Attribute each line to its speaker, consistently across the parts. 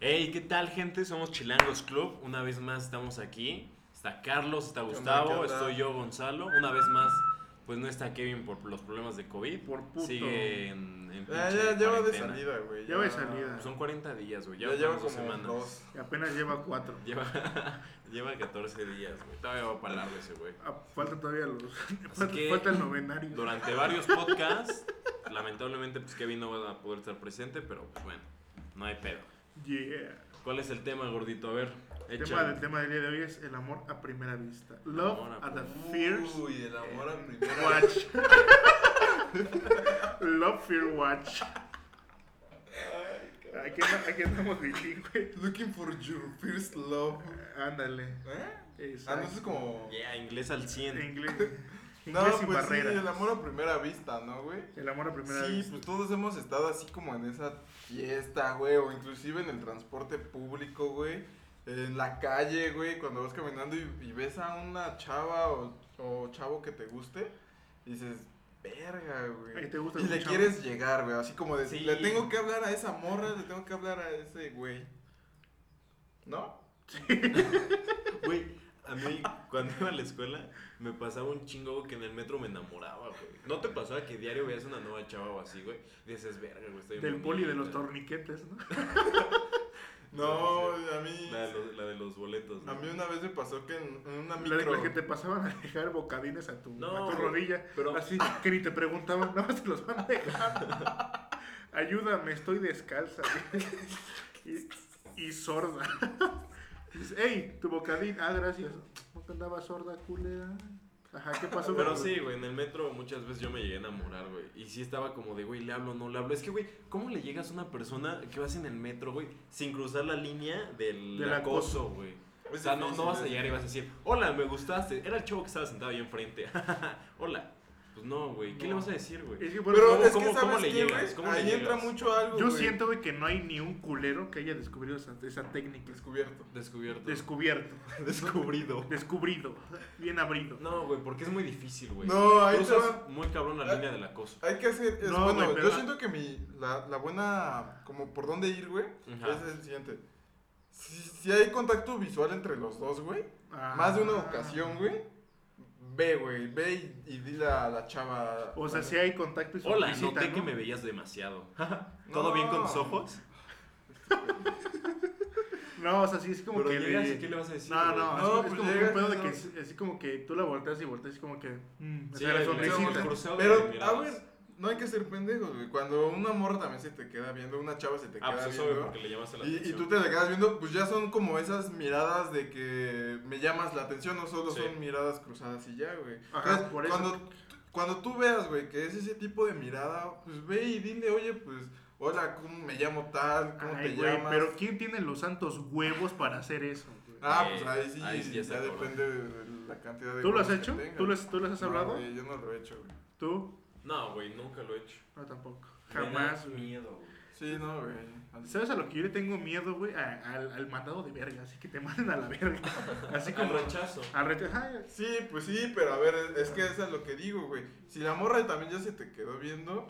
Speaker 1: Hey, ¿qué tal, gente? Somos Chilangos Club. Una vez más estamos aquí. Está Carlos, está Gustavo,
Speaker 2: onda?
Speaker 1: estoy yo, Gonzalo. Una vez más, pues no está Kevin por los problemas de COVID.
Speaker 2: Por puto. eh.
Speaker 1: Sigue en, en
Speaker 2: Ya,
Speaker 1: pinche
Speaker 2: ya llevo de
Speaker 1: cuarentena. Pues,
Speaker 2: salida, güey.
Speaker 3: Ya voy de salida.
Speaker 1: Son 40 días, güey.
Speaker 2: Ya,
Speaker 1: Ya,
Speaker 2: llevo
Speaker 1: lleva
Speaker 2: como
Speaker 1: dos semanas.
Speaker 2: dos.
Speaker 3: Y apenas lleva cuatro.
Speaker 1: Lleva, lleva 14 días, güey. Todavía va a parar ese, güey.
Speaker 3: Ah, Falta todavía los. Falta,
Speaker 1: que-
Speaker 3: falta el novenario.
Speaker 1: Durante varios podcasts, lamentablemente, pues Kevin no va a poder estar presente, pero pues bueno, no hay pedo.
Speaker 3: Yeah.
Speaker 1: ¿Cuál es el tema, gordito? A ver,
Speaker 3: El
Speaker 1: echa.
Speaker 3: tema, del tema del día de hoy es el amor a primera vista.
Speaker 1: amor
Speaker 3: Love
Speaker 1: a
Speaker 3: at the first
Speaker 2: Uy, el amor a primera.
Speaker 3: watch. Love Fear Watch. Aquí, anda- aquí andamos de ti, güey.
Speaker 2: Looking for your first love.
Speaker 3: Ándale.
Speaker 2: ¿Eh? Ah, no,
Speaker 3: Exacto.
Speaker 2: eso es como.
Speaker 1: Yeah, inglés al 100.
Speaker 3: En inglés.
Speaker 2: No,
Speaker 3: inglés sin
Speaker 2: pues sí,
Speaker 3: barreras.
Speaker 2: el amor a primera vista, ¿no, güey?
Speaker 3: El amor a primera
Speaker 2: Sí,
Speaker 3: vista.
Speaker 2: pues todos hemos estado así como en esa fiesta, güey, o inclusive en el transporte público, güey, en la calle, güey, cuando vas caminando y, y ves a una chava o, o chavo que te guste, y dices, verga,
Speaker 3: Ay,
Speaker 2: güey.
Speaker 3: ¿te gusta
Speaker 2: Y
Speaker 3: algún
Speaker 2: le
Speaker 3: chavo?
Speaker 2: quieres llegar, güey, así como decir,
Speaker 1: Sí.
Speaker 2: le tengo que hablar a esa morra, le tengo que hablar a ese güey. ¿No?
Speaker 1: Güey, a mí cuando iba a la escuela me pasaba un chingo güey, que en el metro me enamoraba, güey. ¿No te pasaba que diario veías una nueva chava o así, güey? Y dices, verga, güey, estoy
Speaker 3: Del poli de los
Speaker 1: torneos.
Speaker 3: torniquetes, ¿no?
Speaker 2: No, a mí...
Speaker 1: La de los, la de los boletos.
Speaker 2: A
Speaker 1: ¿no?
Speaker 2: mí una vez me pasó que en en una
Speaker 3: La,
Speaker 2: micro...
Speaker 3: la que te pasaban a dejar bocadines a tu,
Speaker 1: No,
Speaker 3: a tu
Speaker 1: pero-
Speaker 3: rodilla.
Speaker 1: pero-
Speaker 3: así que ni te preguntaban, no, se los van a dejar. Ayúdame, estoy descalza. y, y sorda. Dices, hey, tu bocadín. Ah, gracias. No te andaba sorda, culera. Ajá, ¿qué pasó?
Speaker 1: Pero
Speaker 3: güey?
Speaker 1: sí, güey, en el metro muchas veces yo me llegué a enamorar, güey. Y sí estaba como de, güey, le hablo, no le hablo. Es que, güey, ¿cómo le llegas a una persona que vas en el metro, güey, sin cruzar la línea del,
Speaker 3: Del acoso.
Speaker 1: acoso, güey? O
Speaker 2: Pues
Speaker 1: sea, no, no vas a llegar y vas a decir, hola, me gustaste. Era el chavo que estaba sentado ahí enfrente. hola. Pues no, güey. ¿Qué
Speaker 3: No.
Speaker 1: le vas a decir, güey?
Speaker 3: Es que, por
Speaker 2: Pero
Speaker 3: ejemplo,
Speaker 2: es
Speaker 1: ¿Cómo-
Speaker 2: que
Speaker 1: cómo
Speaker 2: sabes
Speaker 1: le
Speaker 2: qué,
Speaker 1: llegas?
Speaker 2: güey?
Speaker 1: ¿Cómo le
Speaker 2: ahí
Speaker 1: llegas?
Speaker 2: entra mucho algo,
Speaker 3: yo
Speaker 2: güey.
Speaker 3: siento, güey, que no hay ni un culero que haya descubierto esa, esa técnica.
Speaker 2: descubierto.
Speaker 1: Descubierto.
Speaker 3: Descubierto,
Speaker 1: Descubrido.
Speaker 3: descubrido, bien abrido.
Speaker 1: No, güey, porque es muy difícil, güey.
Speaker 2: No, ahí te
Speaker 1: Cruzas
Speaker 2: va.
Speaker 1: muy cabrón la
Speaker 2: Ah.
Speaker 1: línea del acoso.
Speaker 2: Hay que hacer. es-
Speaker 3: No,
Speaker 2: bueno,
Speaker 3: güey, pero-
Speaker 2: yo siento que mi. La, la buena. Como por dónde ir, güey.
Speaker 1: Ajá.
Speaker 2: Es el siguiente. Si, si hay contacto visual entre los dos, güey. Más de una
Speaker 3: Ah.
Speaker 2: ocasión, güey. Ve, güey. Ve y, y dile a la chava.
Speaker 3: O sea,
Speaker 2: bueno,
Speaker 3: si hay contacto y
Speaker 1: Hola,
Speaker 3: sonrisita,
Speaker 1: noté
Speaker 3: ¿no?
Speaker 1: que me veías demasiado. ¿Todo
Speaker 2: No.
Speaker 1: bien con tus ojos?
Speaker 3: No, o sea, sí es como
Speaker 1: Pero
Speaker 3: que.
Speaker 1: llegas
Speaker 3: de-
Speaker 1: y ¿qué le vas a decir?
Speaker 3: No,
Speaker 1: güey?
Speaker 3: no,
Speaker 2: No,
Speaker 3: es,
Speaker 2: pues
Speaker 3: es como que
Speaker 2: llegas
Speaker 3: un pedo
Speaker 2: y
Speaker 3: de
Speaker 2: no.
Speaker 3: que es- así como que tú la volteas y volteas y como que. mm,
Speaker 1: Sí,
Speaker 3: o sea, la
Speaker 1: le- le-
Speaker 3: sonrisita.
Speaker 1: le- cruzado de
Speaker 2: Pero,
Speaker 1: miradas.
Speaker 2: a ver, no hay que ser pendejos, güey. Cuando una morra también se te queda viendo, una chava se te
Speaker 1: Ah,
Speaker 2: queda
Speaker 1: pues eso, güey,
Speaker 2: viendo.
Speaker 1: porque le llamaste la
Speaker 2: Y, y
Speaker 1: atención.
Speaker 2: tú te la quedas viendo, pues ya son como esas miradas de que me llamas la atención, no solo
Speaker 1: Sí.
Speaker 2: son miradas cruzadas y ya, güey.
Speaker 3: Ajá,
Speaker 2: Entonces,
Speaker 3: por eso.
Speaker 2: Cuando, cuando tú veas, güey, que es ese tipo de mirada, pues ve y dile, oye, pues, hola, ¿cómo me llamo tal? ¿Cómo
Speaker 3: Ay,
Speaker 2: te
Speaker 3: güey,
Speaker 2: llamas?
Speaker 3: pero ¿quién tiene los santos huevos para hacer eso? güey?
Speaker 2: Ah,
Speaker 1: Eh,
Speaker 2: pues ahí sí,
Speaker 1: ahí sí ya
Speaker 2: ya,
Speaker 1: está cabrón.
Speaker 2: depende de de la cantidad de
Speaker 3: ¿Tú lo has
Speaker 2: cosas que
Speaker 3: hecho?
Speaker 2: tengas.
Speaker 3: ¿Tú les, ¿Tú les has
Speaker 2: No,
Speaker 3: hablado?
Speaker 2: güey, yo no lo he hecho, güey.
Speaker 3: ¿Tú?
Speaker 1: No, güey, nunca lo he hecho.
Speaker 3: No, tampoco.
Speaker 1: Me da
Speaker 3: Jamás. güey.
Speaker 1: miedo, güey.
Speaker 2: Sí, no, güey.
Speaker 3: ¿Sabes a lo que yo le tengo miedo, güey? A- Al, al mandado de verga, así que te manden a la verga. Así como.
Speaker 1: Al rechazo.
Speaker 3: Al rechazo. Ajá,
Speaker 2: Sí, pues sí, pero a ver, es- es que eso es lo que digo, güey. Si la morra también ya se te quedó viendo,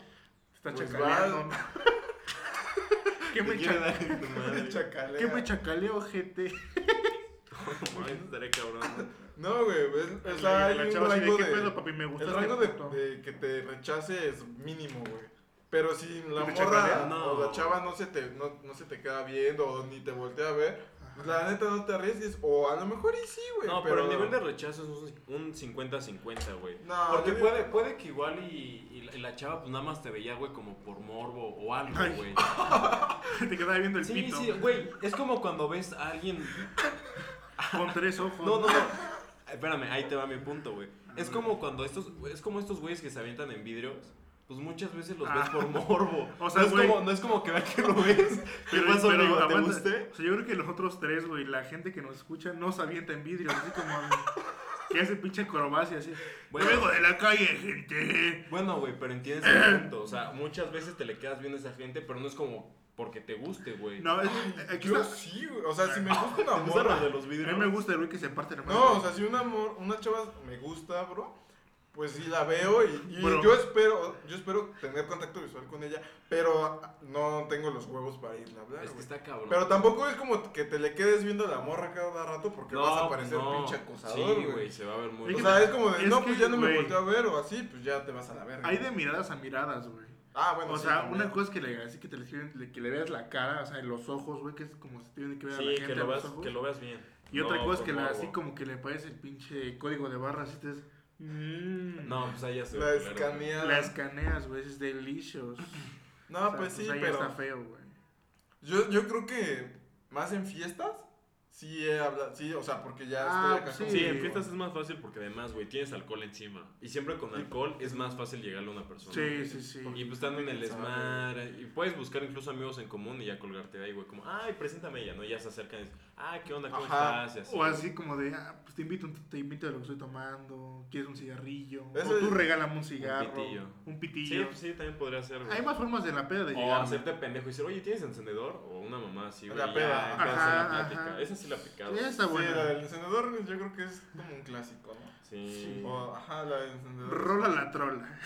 Speaker 3: Está
Speaker 2: Pues
Speaker 3: chacaleando.
Speaker 2: va.
Speaker 3: ¿no? ¿Qué me,
Speaker 1: Te
Speaker 3: cha-
Speaker 1: quiere dar en tu madre.
Speaker 2: chacalea.
Speaker 3: ¿Qué me chacaleo, gente?
Speaker 1: No, mames, estaré cabrón.
Speaker 2: No, güey, pues, o sea,
Speaker 3: La,
Speaker 2: hay
Speaker 3: la
Speaker 2: un
Speaker 3: chava así de
Speaker 2: rango
Speaker 3: qué
Speaker 2: de-
Speaker 3: pedo, papi, me gusta. este
Speaker 2: el rango de, de que te rechace es mínimo, güey. Pero si la
Speaker 3: ¿Te
Speaker 2: morra
Speaker 3: chacalea?
Speaker 1: No.
Speaker 2: o la chava no se, te, no, no se te queda viendo o ni te voltea a ver, pues la neta no te arriesgues. O a lo mejor y sí, güey.
Speaker 1: No, pero el nivel de rechazo es un- un 50-50, güey.
Speaker 2: No,
Speaker 1: Porque
Speaker 2: yo digo
Speaker 1: puede,
Speaker 2: que no.
Speaker 1: puede que igual y, y la, y la chava pues nada más te veía, güey, como por morbo o algo,
Speaker 3: Ay.
Speaker 1: güey.
Speaker 3: Te quedaba viendo el
Speaker 1: Sí,
Speaker 3: pito
Speaker 1: sí, güey. Es como cuando ves a alguien.
Speaker 3: con tres ojos.
Speaker 1: No, no, no. Espérame, ahí te va mi punto, güey. Es como cuando estos, es como estos güeyes que se avientan en vidrios. Pues muchas veces los ves
Speaker 3: Ah.
Speaker 1: por morbo.
Speaker 3: O sea,
Speaker 1: no es,
Speaker 3: güey.
Speaker 1: como, no es como que vean que lo ves.
Speaker 3: Pero,
Speaker 1: ¿Qué pasó,
Speaker 3: pero
Speaker 1: amigo? ¿Te
Speaker 3: aguanta.
Speaker 1: guste?
Speaker 3: O sea, yo creo que los otros tres, güey, la gente que nos escucha no se avienta en vidrio, así como que hace pinche corobacia así.
Speaker 1: Bueno.
Speaker 3: Luego de la calle, gente.
Speaker 1: Bueno, güey, pero entiendes el punto. O sea, muchas veces te le quedas viendo a esa gente, pero no es como porque te guste, güey.
Speaker 3: No, es, eh, aquí
Speaker 2: Yo
Speaker 3: está-
Speaker 2: sí, güey. O sea, si me gusta una
Speaker 1: ¿Te gusta lo
Speaker 2: morra.
Speaker 1: de los
Speaker 3: A
Speaker 1: vidrios?
Speaker 3: mí me gusta el güey que se parte la madre.
Speaker 2: No, o sea, si una, mor- una chava me gusta, bro. pues sí la veo y, y
Speaker 3: Bueno.
Speaker 2: yo espero yo espero tener contacto visual con ella, pero no tengo los huevos para irle a hablar.
Speaker 1: Es que
Speaker 2: güey.
Speaker 1: está cabrón.
Speaker 2: Pero tampoco es como que te le quedes viendo a la morra cada rato porque vas a parecer
Speaker 1: no.
Speaker 2: pinche acosador,
Speaker 1: Sí,
Speaker 2: güey.
Speaker 1: güey, se va a ver muy.
Speaker 3: Es
Speaker 2: O
Speaker 3: que-
Speaker 2: sea, es como de,
Speaker 3: es
Speaker 2: no,
Speaker 3: que,
Speaker 2: pues ya no me
Speaker 3: güey.
Speaker 2: volteo a ver o así, pues ya te vas a la verga.
Speaker 3: Hay de miradas a miradas, güey.
Speaker 2: Ah, bueno,
Speaker 3: o
Speaker 2: sí,
Speaker 3: sea,
Speaker 2: también.
Speaker 3: una cosa es que le, así que te le escriben- le- que le veas la cara, o sea, en los ojos, güey, que es como se tiene que ver a la
Speaker 1: sí,
Speaker 3: gente
Speaker 1: que
Speaker 3: en
Speaker 1: lo,
Speaker 3: los
Speaker 1: veas,
Speaker 3: ojos.
Speaker 1: que lo veas bien.
Speaker 3: Y otra
Speaker 1: No,
Speaker 3: cosa es que
Speaker 1: como-
Speaker 3: la, así como que le parece el pinche código de barras, así te es... mm,
Speaker 1: No, pues ahí ya se
Speaker 2: La
Speaker 1: ve culero, güey.
Speaker 2: escaneada.
Speaker 3: La escaneas, güey, es delicious.
Speaker 2: No,
Speaker 3: O
Speaker 1: Ah,
Speaker 3: sea,
Speaker 2: pues sí,
Speaker 3: ahí
Speaker 2: pero.
Speaker 3: está feo, güey.
Speaker 1: pues
Speaker 2: Yo, yo creo que más en fiestas. Sí, he hablado. Sí, o sea, porque ya
Speaker 3: Ah,
Speaker 2: estoy acá.
Speaker 3: pues
Speaker 2: como-
Speaker 1: Sí, en fiestas es más fácil porque además, güey, tienes alcohol encima. Y siempre con alcohol es más fácil llegarle a una persona.
Speaker 3: Sí, sí, sí.
Speaker 1: Y pues están en el
Speaker 2: Quién sabe.
Speaker 1: esmar y puedes buscar incluso amigos en común y ya colgarte de ahí, güey, como, ay, preséntame ella, ¿no? Y ya se acercan y dicen, ay, ¿qué onda? ¿Cómo
Speaker 2: Ajá.
Speaker 1: estás? Y así.
Speaker 3: O así como de, ah, pues te invito, un- te invito a lo que estoy tomando, quieres un cigarrillo,
Speaker 2: Eso
Speaker 3: o tú
Speaker 2: es-
Speaker 3: regálame un cigarro,
Speaker 1: pitillo.
Speaker 3: un
Speaker 1: Sí,
Speaker 3: pitillo.
Speaker 1: pues sí, también podría ser, güey. Oh,
Speaker 3: Hay más formas de la peda de
Speaker 1: O
Speaker 3: llegar. güey.
Speaker 1: hacerte pendejo y decir, oye, ¿tienes encendedor? O una mamá así,
Speaker 2: La
Speaker 1: güey. y ya
Speaker 2: peda.
Speaker 1: empieza
Speaker 3: Ajá,
Speaker 1: la plática.
Speaker 3: ajá.
Speaker 1: Esa sí la he picado.
Speaker 3: Sí, está
Speaker 2: Sí, la
Speaker 3: buena.
Speaker 2: del encendedor yo creo que es como un clásico, ¿no?
Speaker 1: Sí.
Speaker 2: O, ajá, la del encendedor.
Speaker 3: Rola la trola.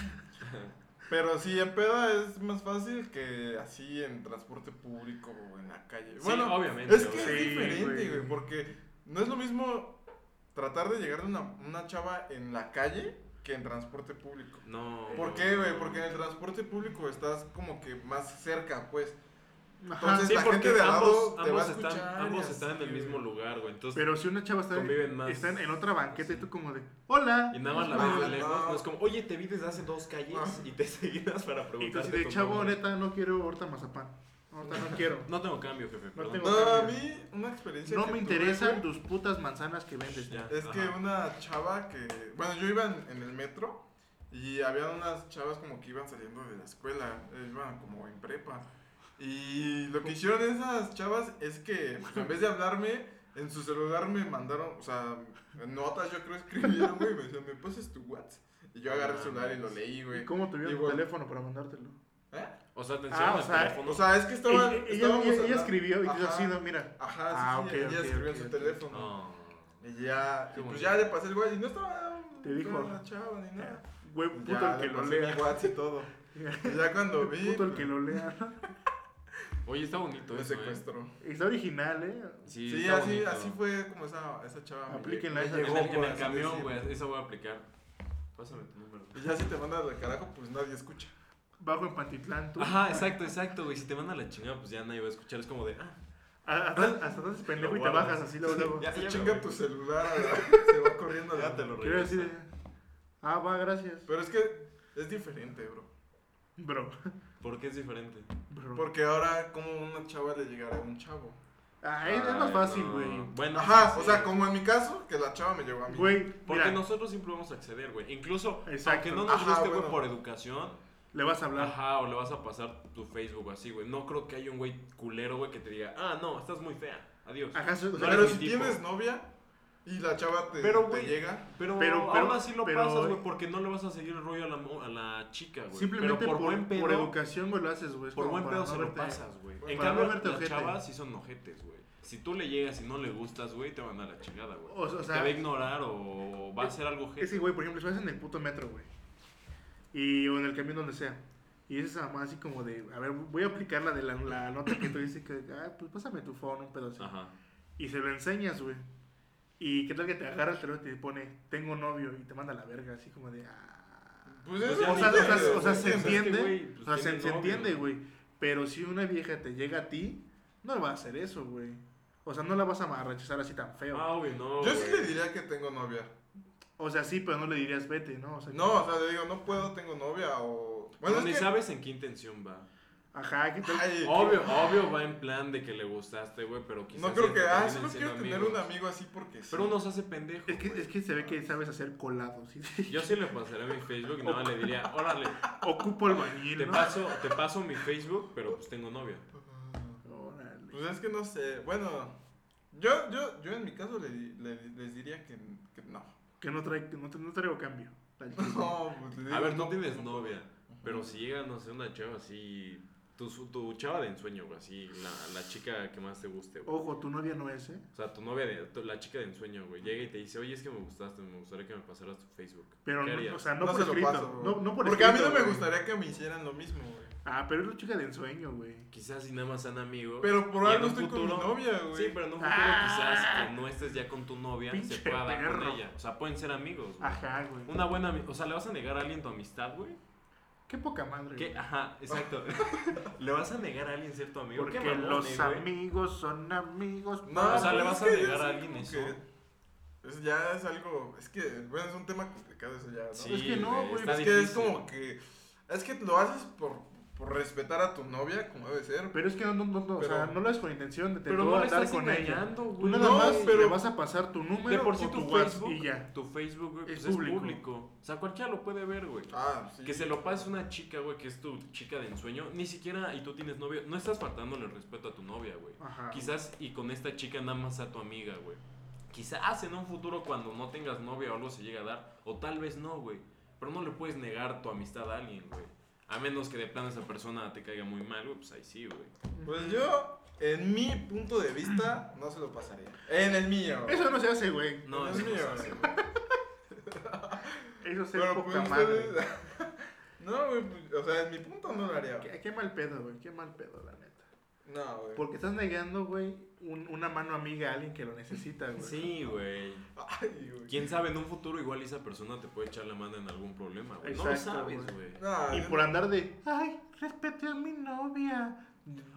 Speaker 2: Pero sí, en peda es más fácil que así en transporte público o en la calle.
Speaker 1: Sí,
Speaker 2: bueno,
Speaker 1: obviamente.
Speaker 2: es que
Speaker 1: güey.
Speaker 2: es
Speaker 3: Sí,
Speaker 2: diferente,
Speaker 3: güey.
Speaker 2: güey, porque no es lo mismo tratar de llegar a una, una chava en la calle que en transporte público.
Speaker 1: No.
Speaker 2: ¿Por qué, güey? Porque en el transporte público estás como que más cerca, pues.
Speaker 3: Ajá.
Speaker 2: Entonces-
Speaker 1: Sí,
Speaker 2: la
Speaker 1: porque
Speaker 2: gente de al lado
Speaker 1: ambos,
Speaker 2: te va a
Speaker 1: ambos están,
Speaker 2: escuchar y
Speaker 1: ambos
Speaker 2: así,
Speaker 1: están en el
Speaker 2: güey.
Speaker 1: mismo lugar, güey. Entonces,
Speaker 3: Pero si una chava está,
Speaker 1: Conviven más.
Speaker 3: está en, en otra banqueta y tú como de, hola.
Speaker 1: Y nada más la
Speaker 2: Ah,
Speaker 1: ves
Speaker 2: no.
Speaker 1: de lejos. No es como, oye, te vi desde hace dos calles
Speaker 2: Ah.
Speaker 1: y te seguías para
Speaker 3: Y tú
Speaker 1: preguntarte.
Speaker 3: así de,
Speaker 1: tu
Speaker 3: chavo,
Speaker 1: nombre".
Speaker 3: neta, no quiero ahorita mazapán. Ahorita no quiero.
Speaker 1: No tengo cambio, jefe. perdón.
Speaker 3: tengo-
Speaker 2: No, a mí una experiencia
Speaker 3: No
Speaker 2: que
Speaker 3: me
Speaker 2: tuve,
Speaker 3: interesan
Speaker 2: güey,
Speaker 3: tus putas manzanas que vendes.
Speaker 1: Ya.
Speaker 2: Es que
Speaker 1: Ajá.
Speaker 2: una chava que... Bueno, yo iba en, en el metro y había unas chavas como que iban saliendo de la escuela, eh, iban como en prepa. Y lo que hicieron esas chavas es que pues, en vez de hablarme, en su celular me mandaron, o sea, notas yo creo escribieron, güey, me decían, ¿me pasas tu WhatsApp? Y yo agarré el celular y lo leí,
Speaker 3: ¿Y
Speaker 2: güey.
Speaker 3: cómo te vieron
Speaker 2: Igual.
Speaker 3: tu teléfono para mandártelo?
Speaker 2: ¿Eh?
Speaker 1: O sea, te
Speaker 3: Ah,
Speaker 1: enseñan
Speaker 3: o
Speaker 1: el
Speaker 3: sea,
Speaker 1: teléfono.
Speaker 2: O sea, es que estaban.
Speaker 3: Ella- ella,
Speaker 2: estábamos
Speaker 3: ella- ella
Speaker 2: hablando-
Speaker 3: escribió y te
Speaker 2: Ajá.
Speaker 3: dijo así, no, mira.
Speaker 2: Ajá, sí,
Speaker 3: Ah,
Speaker 2: sí,
Speaker 3: ok,
Speaker 2: ella
Speaker 3: ok,
Speaker 2: escribió
Speaker 3: ok,
Speaker 2: en su
Speaker 3: ok. Oh.
Speaker 2: teléfono.
Speaker 1: No.
Speaker 2: Y ya,
Speaker 1: Qué
Speaker 2: y pues
Speaker 1: bonito.
Speaker 2: ya le pasé el guay y no estaba.
Speaker 3: Te dijo.
Speaker 2: no era una chava ni nada.
Speaker 3: Güey, puto
Speaker 2: Ya pues,
Speaker 3: el
Speaker 2: le
Speaker 3: que lo
Speaker 2: pasé mi
Speaker 3: lea.
Speaker 2: WhatsApp y todo. Y ya cuando vi.
Speaker 3: Puto el
Speaker 2: pues,
Speaker 3: que lo lea.
Speaker 1: Oye, está bonito
Speaker 2: Me
Speaker 1: eso. ¿eh?
Speaker 2: secuestró.
Speaker 3: Está original, ¿eh?
Speaker 1: Sí,
Speaker 2: Sí,
Speaker 1: está
Speaker 2: así,
Speaker 1: bonito.
Speaker 2: así fue como esa, esa chava. me-
Speaker 3: Aplíquenla
Speaker 2: me
Speaker 3: esa.
Speaker 1: En
Speaker 2: llegó,
Speaker 1: el, en
Speaker 2: por
Speaker 1: el
Speaker 2: así
Speaker 1: camión,
Speaker 2: decirlo.
Speaker 1: güey. Esa voy a aplicar. Pásame tu número.
Speaker 2: Y ya si te mandas al carajo, pues nadie escucha.
Speaker 3: Bajo en Pantitlán, tú.
Speaker 1: Ajá, exacto, exacto, güey. Si te manda la chingada, pues ya nadie va a escuchar. Es como de, ah,
Speaker 3: A- Hasta hasta te haces pendejo y te
Speaker 1: guardas.
Speaker 3: bajas así luego. luego.
Speaker 1: Ya,
Speaker 2: Se
Speaker 1: ya me
Speaker 2: chinga
Speaker 1: voy.
Speaker 2: tu celular, a la- se va corriendo. a la-
Speaker 1: ya te lo
Speaker 3: Quiero
Speaker 1: regreso.
Speaker 3: decir, ah, va, gracias.
Speaker 2: Pero es que es diferente, bro.
Speaker 3: Bro,
Speaker 1: ¿Por qué es diferente?
Speaker 3: bro.
Speaker 2: Porque ahora, como una chava le llegará a un chavo.
Speaker 3: Ay, Ah, es más
Speaker 2: Ah,
Speaker 1: Ay,
Speaker 3: fácil,
Speaker 1: no.
Speaker 3: güey.
Speaker 1: Bueno,
Speaker 2: Ajá,
Speaker 1: sí,
Speaker 2: o sea,
Speaker 1: sí.
Speaker 2: como en mi caso, que la chava me llegó a mí.
Speaker 3: Güey,
Speaker 1: Porque
Speaker 3: mira,
Speaker 1: nosotros siempre vamos a acceder, güey. Incluso,
Speaker 3: Exacto.
Speaker 1: aunque no nos
Speaker 2: Ajá,
Speaker 1: guste, güey,
Speaker 2: bueno.
Speaker 1: por educación,
Speaker 3: le vas a hablar.
Speaker 1: ajá, o le vas a pasar tu Facebook o así, güey. No creo que haya un güey culero, güey, que te diga, ah, no, estás muy fea, adiós.
Speaker 3: Ajá, eso-
Speaker 1: No
Speaker 3: pero-
Speaker 2: pero
Speaker 1: eres
Speaker 2: si
Speaker 1: mi tipo.
Speaker 2: tienes novia y la chava te,
Speaker 1: Pero,
Speaker 2: te
Speaker 1: güey,
Speaker 2: llega,
Speaker 1: Pero,
Speaker 3: Pero- pero-
Speaker 1: aún así lo
Speaker 3: pero- eh.
Speaker 1: pasas, güey, porque no le vas a seguir el rollo a la, mo- a la chica, güey.
Speaker 3: simplemente
Speaker 1: pero
Speaker 3: por,
Speaker 1: por, buen pedo,
Speaker 3: por
Speaker 1: por,
Speaker 3: educación, güey, lo haces, güey. Es como
Speaker 1: buen
Speaker 3: para
Speaker 1: pedo
Speaker 3: no
Speaker 1: se lo
Speaker 3: verte-
Speaker 1: pasas, güey.
Speaker 2: Para
Speaker 1: En
Speaker 3: no
Speaker 1: cambio,
Speaker 3: verte
Speaker 1: las
Speaker 3: ojete.
Speaker 1: chavas sí son ojetes, güey. Si tú le llegas y no le gustas, güey, te van a la chingada, güey.
Speaker 3: O- o sea,
Speaker 1: te va a ignorar o va a hacer algo ojete.
Speaker 3: Ese güey, por ejemplo, si vas en el puto metro, güey. Y, o en el camión donde sea. Y es esa mamá así como de, a ver, voy a aplicar la de la, la nota que tú dices que, ah, pues pásame tu phone, un pedo así.
Speaker 1: Ajá.
Speaker 3: Y se lo enseñas, güey. Y qué tal que te agarra el teléfono y te pone, tengo novio, y te manda a la verga, así como de, ah.
Speaker 2: pues
Speaker 1: Pues
Speaker 2: es
Speaker 1: ya
Speaker 2: un
Speaker 3: O sea,
Speaker 1: ni
Speaker 2: niño,
Speaker 3: o sea,
Speaker 1: pedo,
Speaker 3: o sea,
Speaker 2: güey,
Speaker 3: se
Speaker 1: Es que,
Speaker 3: entiende.
Speaker 1: güey, pues,
Speaker 3: O sea, se,
Speaker 1: tiene
Speaker 3: se
Speaker 1: novio.
Speaker 3: entiende, güey. Pero si una vieja te llega a ti, no va a hacer eso, güey. O sea, no la vas a ma- rechazar así tan feo.
Speaker 1: Ah, güey, no.
Speaker 2: Yo sí
Speaker 1: güey.
Speaker 2: le diría que tengo novia.
Speaker 3: O sea, sí, pero no le dirías vete, ¿no? O sea,
Speaker 2: No, o sea, le digo, no puedo, tengo novia o... Bueno,
Speaker 1: Pero
Speaker 2: es
Speaker 1: ni
Speaker 2: que...
Speaker 1: sabes en qué intención va.
Speaker 3: Ajá, ¿qué tal?
Speaker 2: Ay,
Speaker 1: Obvio, obvio va en plan de que le gustaste, güey, pero quizás.
Speaker 2: no creo
Speaker 1: ya
Speaker 2: que...
Speaker 1: te
Speaker 2: Ah,
Speaker 1: terminen
Speaker 2: solo quiero
Speaker 1: siendo
Speaker 2: tener
Speaker 1: amigos.
Speaker 2: un amigo así porque sí.
Speaker 1: Pero uno se hace pendejo.
Speaker 3: Es que,
Speaker 1: güey.
Speaker 3: es que se ve que sabes hacer colados. ¿sí?
Speaker 1: Yo sí le pasaría mi Facebook y nada más le diría, órale,
Speaker 3: Ocupo albañil,
Speaker 1: te
Speaker 3: ¿no?
Speaker 1: paso, te paso mi Facebook, pero pues tengo novia.
Speaker 3: Órale.
Speaker 2: Pues es que no sé, bueno... Yo, yo, yo en mi caso le, di- le- les diría que, que no.
Speaker 3: Que no, trae, que no, tra- no traigo cambio.
Speaker 2: No, pues le digo,
Speaker 1: A ver,
Speaker 2: no.
Speaker 1: no tienes novia, pero si llega, no sé, una chava así Tu, su- tu chava de ensueño, güey, así, la, la chica que más te guste, güey.
Speaker 3: Ojo, tu novia no es, ¿eh?
Speaker 1: O sea, tu novia, de, tu- la chica de ensueño, güey, llega y te dice, oye, es que me gustaste, me gustaría que me pasaras tu Facebook.
Speaker 3: Pero,
Speaker 1: ¿Qué
Speaker 3: no-
Speaker 1: harías?
Speaker 3: o sea, no,
Speaker 2: No,
Speaker 3: por
Speaker 2: se lo
Speaker 3: escrito.
Speaker 2: paso. güey.
Speaker 3: no, no por
Speaker 2: Porque a mí no
Speaker 3: escrito,
Speaker 2: me
Speaker 3: güey.
Speaker 2: gustaría que me hicieran lo mismo, güey.
Speaker 3: Ah, pero es la chica de ensueño, güey.
Speaker 1: Quizás si nada más sean amigos.
Speaker 2: Pero por
Speaker 1: y en
Speaker 2: algo
Speaker 1: un
Speaker 2: estoy con mi
Speaker 1: futuro-
Speaker 2: novia, güey.
Speaker 1: Sí, pero en un futuro
Speaker 3: Ah.
Speaker 1: quizás que no estés ya con tu novia, se
Speaker 3: Pinche
Speaker 1: pueda dar con
Speaker 3: perro. Ah.
Speaker 1: ella. O sea, pueden ser amigos, güey.
Speaker 3: Ajá, güey.
Speaker 1: Una buena, ami- o sea, le vas a negar a alguien tu amistad, güey.
Speaker 3: Qué poca madre.
Speaker 1: ¿Qué?
Speaker 3: güey.
Speaker 1: Ajá, exacto. le vas a negar a alguien ser tu amigo.
Speaker 3: Porque
Speaker 1: Qué mamones,
Speaker 3: los
Speaker 1: güey.
Speaker 3: amigos son amigos.
Speaker 2: No,
Speaker 1: O sea,
Speaker 2: pero
Speaker 1: le
Speaker 2: es
Speaker 1: vas a
Speaker 2: que ya
Speaker 1: negar
Speaker 2: es
Speaker 1: a
Speaker 2: algo
Speaker 1: alguien eso.
Speaker 2: que- es- ya es algo. Es que, bueno, es un tema complicado eso ya, ¿no?
Speaker 1: Sí,
Speaker 3: Es que no, güey,
Speaker 1: está
Speaker 2: es que es
Speaker 1: difícil.
Speaker 2: como que. Es que lo haces por, por respetar a tu novia, como debe ser.
Speaker 3: Pero es que no, no, no, o sea,
Speaker 2: Pero-
Speaker 3: no lo haces con intención de te
Speaker 1: Pero
Speaker 3: puedo
Speaker 1: no le
Speaker 3: andar
Speaker 1: estás
Speaker 3: con ella.
Speaker 1: engañando,
Speaker 3: Tú
Speaker 1: güey.
Speaker 3: nada
Speaker 2: No,
Speaker 3: más
Speaker 2: pero-
Speaker 3: le vas a pasar tu número
Speaker 1: De por sí
Speaker 3: o tu,
Speaker 1: tu
Speaker 3: WhatsApp
Speaker 1: Facebook,
Speaker 3: y ya.
Speaker 1: tu Facebook, güey,
Speaker 3: Es
Speaker 1: pues es
Speaker 3: público.
Speaker 1: público. O sea, cualquiera lo puede ver, güey.
Speaker 2: Ah, sí.
Speaker 1: Que se lo pases a una chica, güey, que es tu chica de ensueño, ni siquiera, y tú tienes novio, no estás faltándole el respeto a tu novia, güey.
Speaker 3: Ajá.
Speaker 1: Quizás y con esta chica nada más a tu amiga, güey. Quizás ah, en un futuro cuando no tengas novia o algo se llega a dar, o tal vez no, güey. Pero no le puedes negar tu amistad a alguien, güey. A menos que de plano esa persona te caiga muy mal, güey, pues ahí sí, güey.
Speaker 2: Pues yo, en mi punto de vista, no se lo pasaría. En el mío.
Speaker 3: Eso no se hace, güey.
Speaker 1: No,
Speaker 2: Dios
Speaker 1: eso no se
Speaker 2: mío.
Speaker 1: hace, güey.
Speaker 3: Eso es ser
Speaker 2: Pero pues
Speaker 3: poca madre.
Speaker 2: ustedes- No, güey, pues, o sea, en mi punto no lo haría.
Speaker 3: Qué, qué mal pedo, güey. Qué mal pedo, la neta.
Speaker 2: No, güey.
Speaker 3: Porque estás negando, güey, un- una mano amiga a alguien que lo necesita, güey.
Speaker 1: Pues Sí, güey.
Speaker 2: Ay, güey.
Speaker 1: Quién sabe, en un futuro igual esa persona te puede echar la mano en algún problema, güey. No lo
Speaker 3: Exacto,
Speaker 1: sabes,
Speaker 3: güey.
Speaker 1: güey.
Speaker 2: No,
Speaker 3: Y
Speaker 2: yo-
Speaker 3: por andar de, ay, respete a mi novia.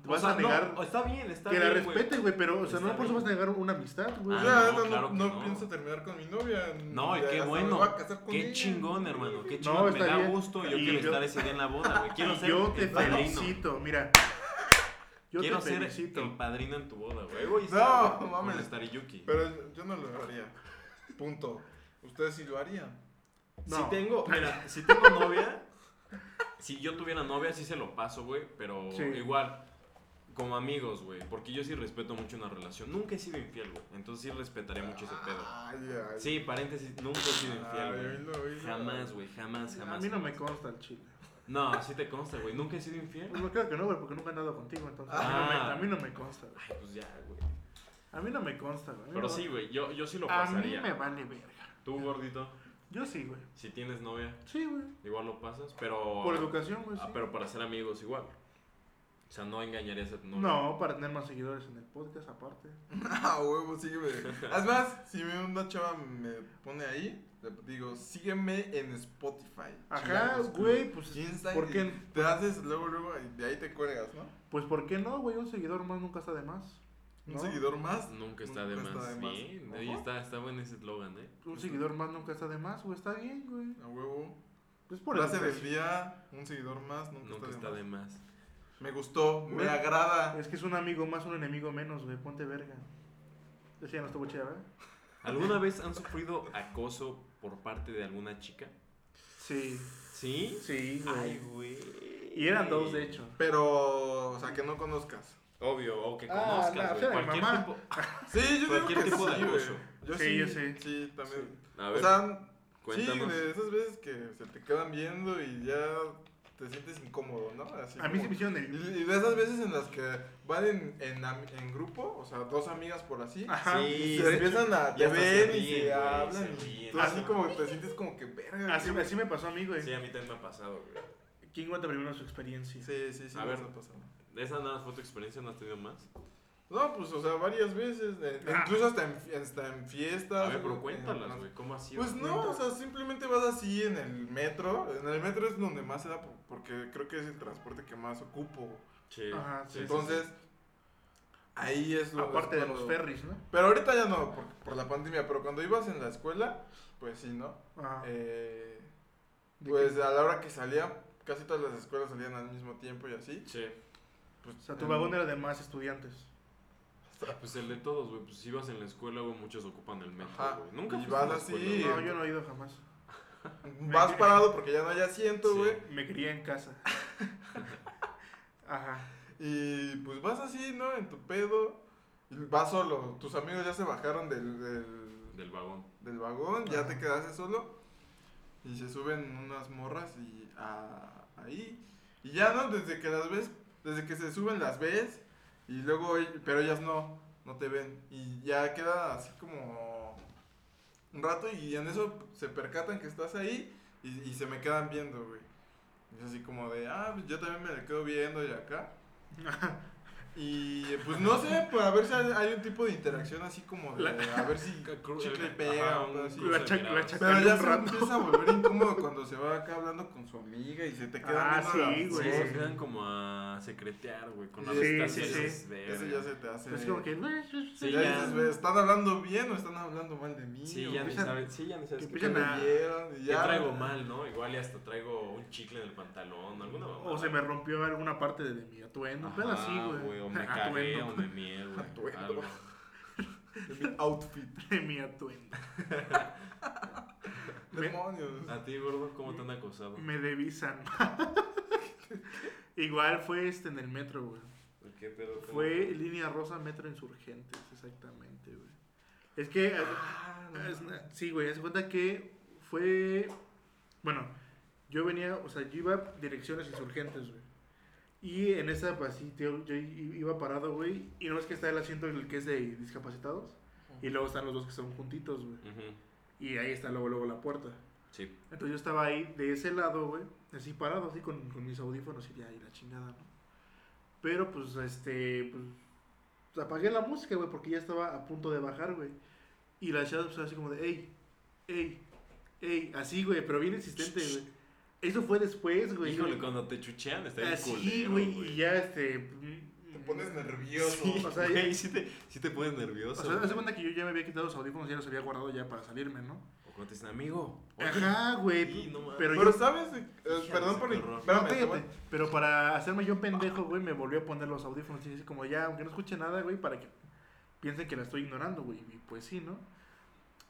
Speaker 1: O
Speaker 3: Vas
Speaker 1: sea,
Speaker 3: a negar
Speaker 1: no, está bien, está
Speaker 3: que
Speaker 1: bien.
Speaker 3: la
Speaker 1: güey.
Speaker 3: respete, güey, pero, o sea,
Speaker 1: Está
Speaker 3: no por eso
Speaker 1: bien.
Speaker 3: vas a negar una amistad, güey.
Speaker 2: O
Speaker 1: Ah,
Speaker 2: sea,
Speaker 1: no,
Speaker 2: no, no,
Speaker 1: claro que
Speaker 2: no
Speaker 1: no.
Speaker 2: pienso terminar con mi novia.
Speaker 1: No, y
Speaker 2: Ya,
Speaker 1: qué
Speaker 2: hasta me
Speaker 1: bueno.
Speaker 2: voy a casar con
Speaker 1: Qué
Speaker 2: ella.
Speaker 1: chingón, hermano. Qué
Speaker 3: No,
Speaker 1: chingón. me
Speaker 3: está
Speaker 1: da
Speaker 3: bien.
Speaker 1: gusto. Yo
Speaker 3: Y
Speaker 1: quiero
Speaker 3: yo-
Speaker 1: estar ese día en la boda, güey. Quiero
Speaker 3: Y
Speaker 1: ser
Speaker 3: yo te
Speaker 1: el padrino.
Speaker 3: felicito, mira. Yo
Speaker 1: quiero
Speaker 3: te
Speaker 1: ser
Speaker 3: felicito.
Speaker 1: el padrino en tu boda, güey. Voy a
Speaker 2: No,
Speaker 1: estar, güey,
Speaker 2: mames.
Speaker 1: Con estar Yuki.
Speaker 2: Pero yo no lo haría. Punto. Ustedes sí lo harían.
Speaker 1: Si
Speaker 3: No.
Speaker 1: tengo, mira, si tengo novia, si yo tuviera novia, sí se lo paso, güey. Pero
Speaker 3: Sí.
Speaker 1: igual, como amigos, güey. Porque yo sí respeto mucho una relación. Nunca he sido infiel, güey. Entonces sí respetaré mucho ese pedo.
Speaker 2: Ay, ay.
Speaker 1: Sí, paréntesis, nunca he sido
Speaker 3: Ah,
Speaker 2: Ay,
Speaker 1: infiel, güey.
Speaker 2: oílo, oílo.
Speaker 1: Jamás, güey, jamás, jamás.
Speaker 3: A mí no me consta el chile.
Speaker 1: No, sí te consta, güey. Nunca he sido infiel.
Speaker 3: Pues no creo que no, güey, porque nunca he andado contigo, entonces. a mí no me-
Speaker 1: Ah.
Speaker 3: A mí no me consta, güey.
Speaker 1: Ay, pues ya, güey.
Speaker 3: A mí no me consta, güey. A mí
Speaker 1: Pero
Speaker 3: no-
Speaker 1: sí, güey, yo, yo sí lo
Speaker 3: A mí
Speaker 1: pasaría.
Speaker 3: me vale verga.
Speaker 1: Tú, gordito,
Speaker 3: Yo sí, güey.
Speaker 1: si tienes novia,
Speaker 3: Sí, güey.
Speaker 1: igual lo pasas, pero...
Speaker 3: Por educación, güey.
Speaker 1: Ah,
Speaker 3: sí.
Speaker 1: pero para ser amigos igual. O sea, no engañarías a tu novia.
Speaker 3: No, para tener más seguidores en el podcast aparte.
Speaker 2: Ah, huevo, sígueme. Es más, si una chava me pone ahí, le digo, sígueme en Spotify.
Speaker 3: Ajá,
Speaker 2: Chingados,
Speaker 3: güey, pues
Speaker 2: Insta
Speaker 3: ¿por
Speaker 2: y
Speaker 3: qué?
Speaker 2: Te haces luego, luego, y de ahí te cuelgas, ¿no?
Speaker 3: pues ¿por qué no, güey? Un seguidor más nunca está de más.
Speaker 2: Un
Speaker 3: ¿no?
Speaker 2: seguidor más.
Speaker 1: Nunca está de
Speaker 2: Nunca
Speaker 1: más.
Speaker 2: está de más.
Speaker 1: Sí, ahí
Speaker 2: Ajá.
Speaker 1: está, está buen ese eslogan, ¿eh?
Speaker 3: Un seguidor más nunca está de más, güey. Está bien, güey.
Speaker 2: A huevo.
Speaker 3: Es por
Speaker 2: Frase del
Speaker 3: educación.
Speaker 2: día, un seguidor más, nunca,
Speaker 1: Nunca
Speaker 2: está, de más.
Speaker 1: más.
Speaker 2: Me gustó, me
Speaker 3: Güey.
Speaker 2: agrada.
Speaker 3: Es que es un amigo más, un enemigo menos, güey. Ponte verga. Decía, no estuvo chida, ¿verdad?
Speaker 1: ¿Alguna vez han sufrido acoso por parte de alguna chica?
Speaker 3: Sí,
Speaker 1: ¿Sí?
Speaker 3: sí,
Speaker 1: Ay,
Speaker 3: güey.
Speaker 1: güey.
Speaker 3: Y eran dos, de hecho.
Speaker 2: Pero, o sea, que no conozcas.
Speaker 1: Obvio, o que
Speaker 3: Ah,
Speaker 1: conozcas,
Speaker 3: la-
Speaker 1: güey.
Speaker 3: o sea, mi
Speaker 1: Cualquier
Speaker 3: mamá.
Speaker 1: tipo...
Speaker 2: Sí, yo digo
Speaker 1: Cualquier
Speaker 2: que
Speaker 1: tipo de
Speaker 2: sí, güey.
Speaker 1: acoso.
Speaker 2: Yo
Speaker 3: Sí,
Speaker 2: sí,
Speaker 3: yo sí.
Speaker 2: Sí, también.
Speaker 1: A
Speaker 2: O
Speaker 1: ver,
Speaker 2: sea, sí,
Speaker 1: cuéntanos.
Speaker 2: de esas veces que se te quedan viendo y ya te sientes incómodo, ¿no? Así
Speaker 3: A mí
Speaker 2: como-
Speaker 3: se me hicieron
Speaker 2: Y
Speaker 3: el...
Speaker 2: y de esas veces en las que van en, en, am- en grupo, o sea, dos amigas por así,
Speaker 3: Ajá.
Speaker 2: y
Speaker 1: Sí,
Speaker 2: se empiezan a
Speaker 1: ya
Speaker 2: te
Speaker 1: hasta
Speaker 2: ven
Speaker 1: se
Speaker 2: y
Speaker 1: ríen,
Speaker 2: se
Speaker 1: güey,
Speaker 2: hablan.
Speaker 1: se
Speaker 2: y
Speaker 1: ríen.
Speaker 2: tú así
Speaker 1: Ajá.
Speaker 2: como te sientes como que verga.
Speaker 3: Así,
Speaker 2: güey.
Speaker 3: así me pasó a mí, güey.
Speaker 1: Sí, a mí también me ha pasado, güey.
Speaker 3: ¿Quién cuenta primero su experiencia?
Speaker 2: Sí, sí, sí.
Speaker 1: A
Speaker 2: me
Speaker 1: ver.
Speaker 2: está pasando.
Speaker 1: ¿Esa nada más fue tu experiencia? ¿No has tenido más?
Speaker 2: No, pues, o sea, varias veces. eh,
Speaker 3: Ah.
Speaker 2: Incluso hasta en, hasta en fiestas.
Speaker 1: A ver, pero
Speaker 2: en-
Speaker 1: cuéntalas,
Speaker 2: en-
Speaker 1: güey. ¿Cómo ha sido?
Speaker 2: Pues no, o sea, simplemente vas así en el metro. En el metro es donde más se da, por- porque creo que es el transporte que más ocupo.
Speaker 1: Sí.
Speaker 3: Ajá, sí, sí,
Speaker 2: Entonces, ahí es lo
Speaker 3: Aparte
Speaker 2: es
Speaker 3: de los
Speaker 2: cuando-
Speaker 3: ferries, ¿no?
Speaker 2: Pero ahorita ya no, por, por la pandemia. Pero cuando ibas en la escuela, pues sí, ¿no?
Speaker 3: Ajá.
Speaker 2: Eh,
Speaker 3: ¿De
Speaker 2: pues
Speaker 3: qué?
Speaker 2: a la hora que salía, casi todas las escuelas salían al mismo tiempo y así.
Speaker 1: Sí.
Speaker 2: Pues,
Speaker 3: O sea, tu
Speaker 2: en-
Speaker 3: vagón era de más estudiantes.
Speaker 1: Pues el de todos, güey. Pues si vas en la escuela, güey, muchos ocupan el metro,
Speaker 2: Ajá.
Speaker 1: güey. Nunca
Speaker 2: Y
Speaker 1: fuiste a la
Speaker 2: vas así,
Speaker 1: escuela,
Speaker 2: Sí.
Speaker 1: güey?
Speaker 3: No, yo no he ido jamás.
Speaker 2: Vas parado porque ya no hay asiento,
Speaker 1: Sí.
Speaker 2: güey.
Speaker 3: Me crié en casa. Ajá.
Speaker 2: Y pues vas así, ¿no? En tu pedo. y Vas solo. Tus amigos ya se bajaron del, del,
Speaker 1: Del vagón.
Speaker 2: del vagón, ya te
Speaker 3: Ajá.
Speaker 2: quedaste solo. Y se suben unas morras y a- ahí. Y ya, ¿no? Desde que las ves, Desde que se suben las ves y luego, e- pero ellas no, no te ven. Y ya queda así como un rato y en eso se percatan que estás ahí y, y se me quedan viendo, güey. Y Es así como de, ah, pues yo también me le quedo viendo y acá. Y eh, pues no sé, para ver si hay hay un tipo de interacción así como de,
Speaker 3: La-
Speaker 2: a ver si
Speaker 1: Cru-
Speaker 2: chicle y
Speaker 1: ajá,
Speaker 2: pega pues,
Speaker 1: un
Speaker 2: o algo así.
Speaker 1: cruce
Speaker 3: La
Speaker 1: de
Speaker 3: cha- la
Speaker 1: miradas.
Speaker 3: cha-
Speaker 2: Pero
Speaker 3: Hay
Speaker 2: ya
Speaker 3: un
Speaker 2: se
Speaker 3: rato.
Speaker 2: empieza a volver incómodo cuando se va acá hablando con su amiga y se te queda
Speaker 3: Ah,
Speaker 2: viendo a
Speaker 3: sí,
Speaker 2: las
Speaker 1: Sí,
Speaker 3: güey.
Speaker 2: dos.
Speaker 1: se quedan como a secretear, güey, con
Speaker 2: Sí,
Speaker 1: las
Speaker 3: sí, sí.
Speaker 1: estaciones de...
Speaker 2: Eso ya se te hace.
Speaker 3: Es como que.
Speaker 1: Sí,
Speaker 2: ya
Speaker 1: ya.
Speaker 2: dices, güey, ¿están hablando bien o están hablando mal de mí?
Speaker 1: Sí,
Speaker 2: O
Speaker 1: ya ni
Speaker 2: ¿qué
Speaker 3: empiezan-
Speaker 1: sabes, sí, ya ni sabes
Speaker 3: que
Speaker 1: qué
Speaker 2: me
Speaker 3: empiezan a-
Speaker 2: vieron? Y
Speaker 1: ¿Qué
Speaker 2: ya-
Speaker 1: traigo mal, no? Igual y hasta traigo un chicle en el pantalón, alguna mamada.
Speaker 3: O se me rompió alguna parte de mi atuendo. Pero
Speaker 1: Ajá,
Speaker 3: así, güey.
Speaker 1: O me cagué,
Speaker 3: Atuendo.
Speaker 1: o me mié, güey.
Speaker 2: Atuendo.
Speaker 1: algo.
Speaker 2: De mi outfit.
Speaker 3: De mi atuendo. Me-
Speaker 2: Demonios.
Speaker 1: A ti, gordo, ¿cómo te han acosado?
Speaker 3: Me devisan. Igual fue este en el metro, güey.
Speaker 1: ¿Qué pedo? ¿Cómo?
Speaker 3: Fue línea rosa, metro insurgentes, exactamente, güey. Es que.
Speaker 2: Ah, no.
Speaker 3: Es na- Sí, güey, se cuenta que fue. Bueno, yo venía, o sea, yo iba direcciones insurgentes, güey. Y en esa, pues sí, tío, yo i- iba parado, güey. Y no es que está el asiento en el que es de discapacitados. Y luego están los dos que son juntitos, güey.
Speaker 1: Ujú,
Speaker 3: Y ahí está luego, luego la puerta.
Speaker 1: Sí.
Speaker 3: Entonces yo estaba ahí de ese lado, güey, así parado, así con, con mis audífonos y ya, y la chingada, ¿no? Pero pues, este, pues, apagué la música, güey, porque ya estaba a punto de bajar, güey. Y la chava pues, así como de, ey, ey, ey, así, güey, pero bien insistente, güey. Eso fue después, güey.
Speaker 1: Híjole, cuando te chuchean está bien
Speaker 3: así,
Speaker 1: culero,
Speaker 3: güey, y ya, este... mm,
Speaker 2: Te pones nervioso.
Speaker 1: Sí,
Speaker 3: o sea,
Speaker 1: güey, sí te, sí te pones
Speaker 3: O
Speaker 1: nervioso.
Speaker 3: sea,
Speaker 1: güey.
Speaker 3: hace cuenta que yo ya me había quitado los audífonos, ya los había guardado ya para salirme, ¿no?
Speaker 1: O cuando te dicen, amigo. oye,
Speaker 3: Ajá, güey.
Speaker 1: Sí, no mames.
Speaker 3: pero
Speaker 2: Pero,
Speaker 3: yo
Speaker 2: ¿sabes? Eh,
Speaker 1: Híjole,
Speaker 2: perdón
Speaker 1: qué
Speaker 2: por...
Speaker 1: horror.
Speaker 3: Pero,
Speaker 2: Espérame, te voy-
Speaker 3: pero para hacerme yo pendejo, güey, me volvió a poner los audífonos y así como ya, aunque no escuche nada, güey, para que piensen que la estoy ignorando, güey. Y pues sí, ¿no?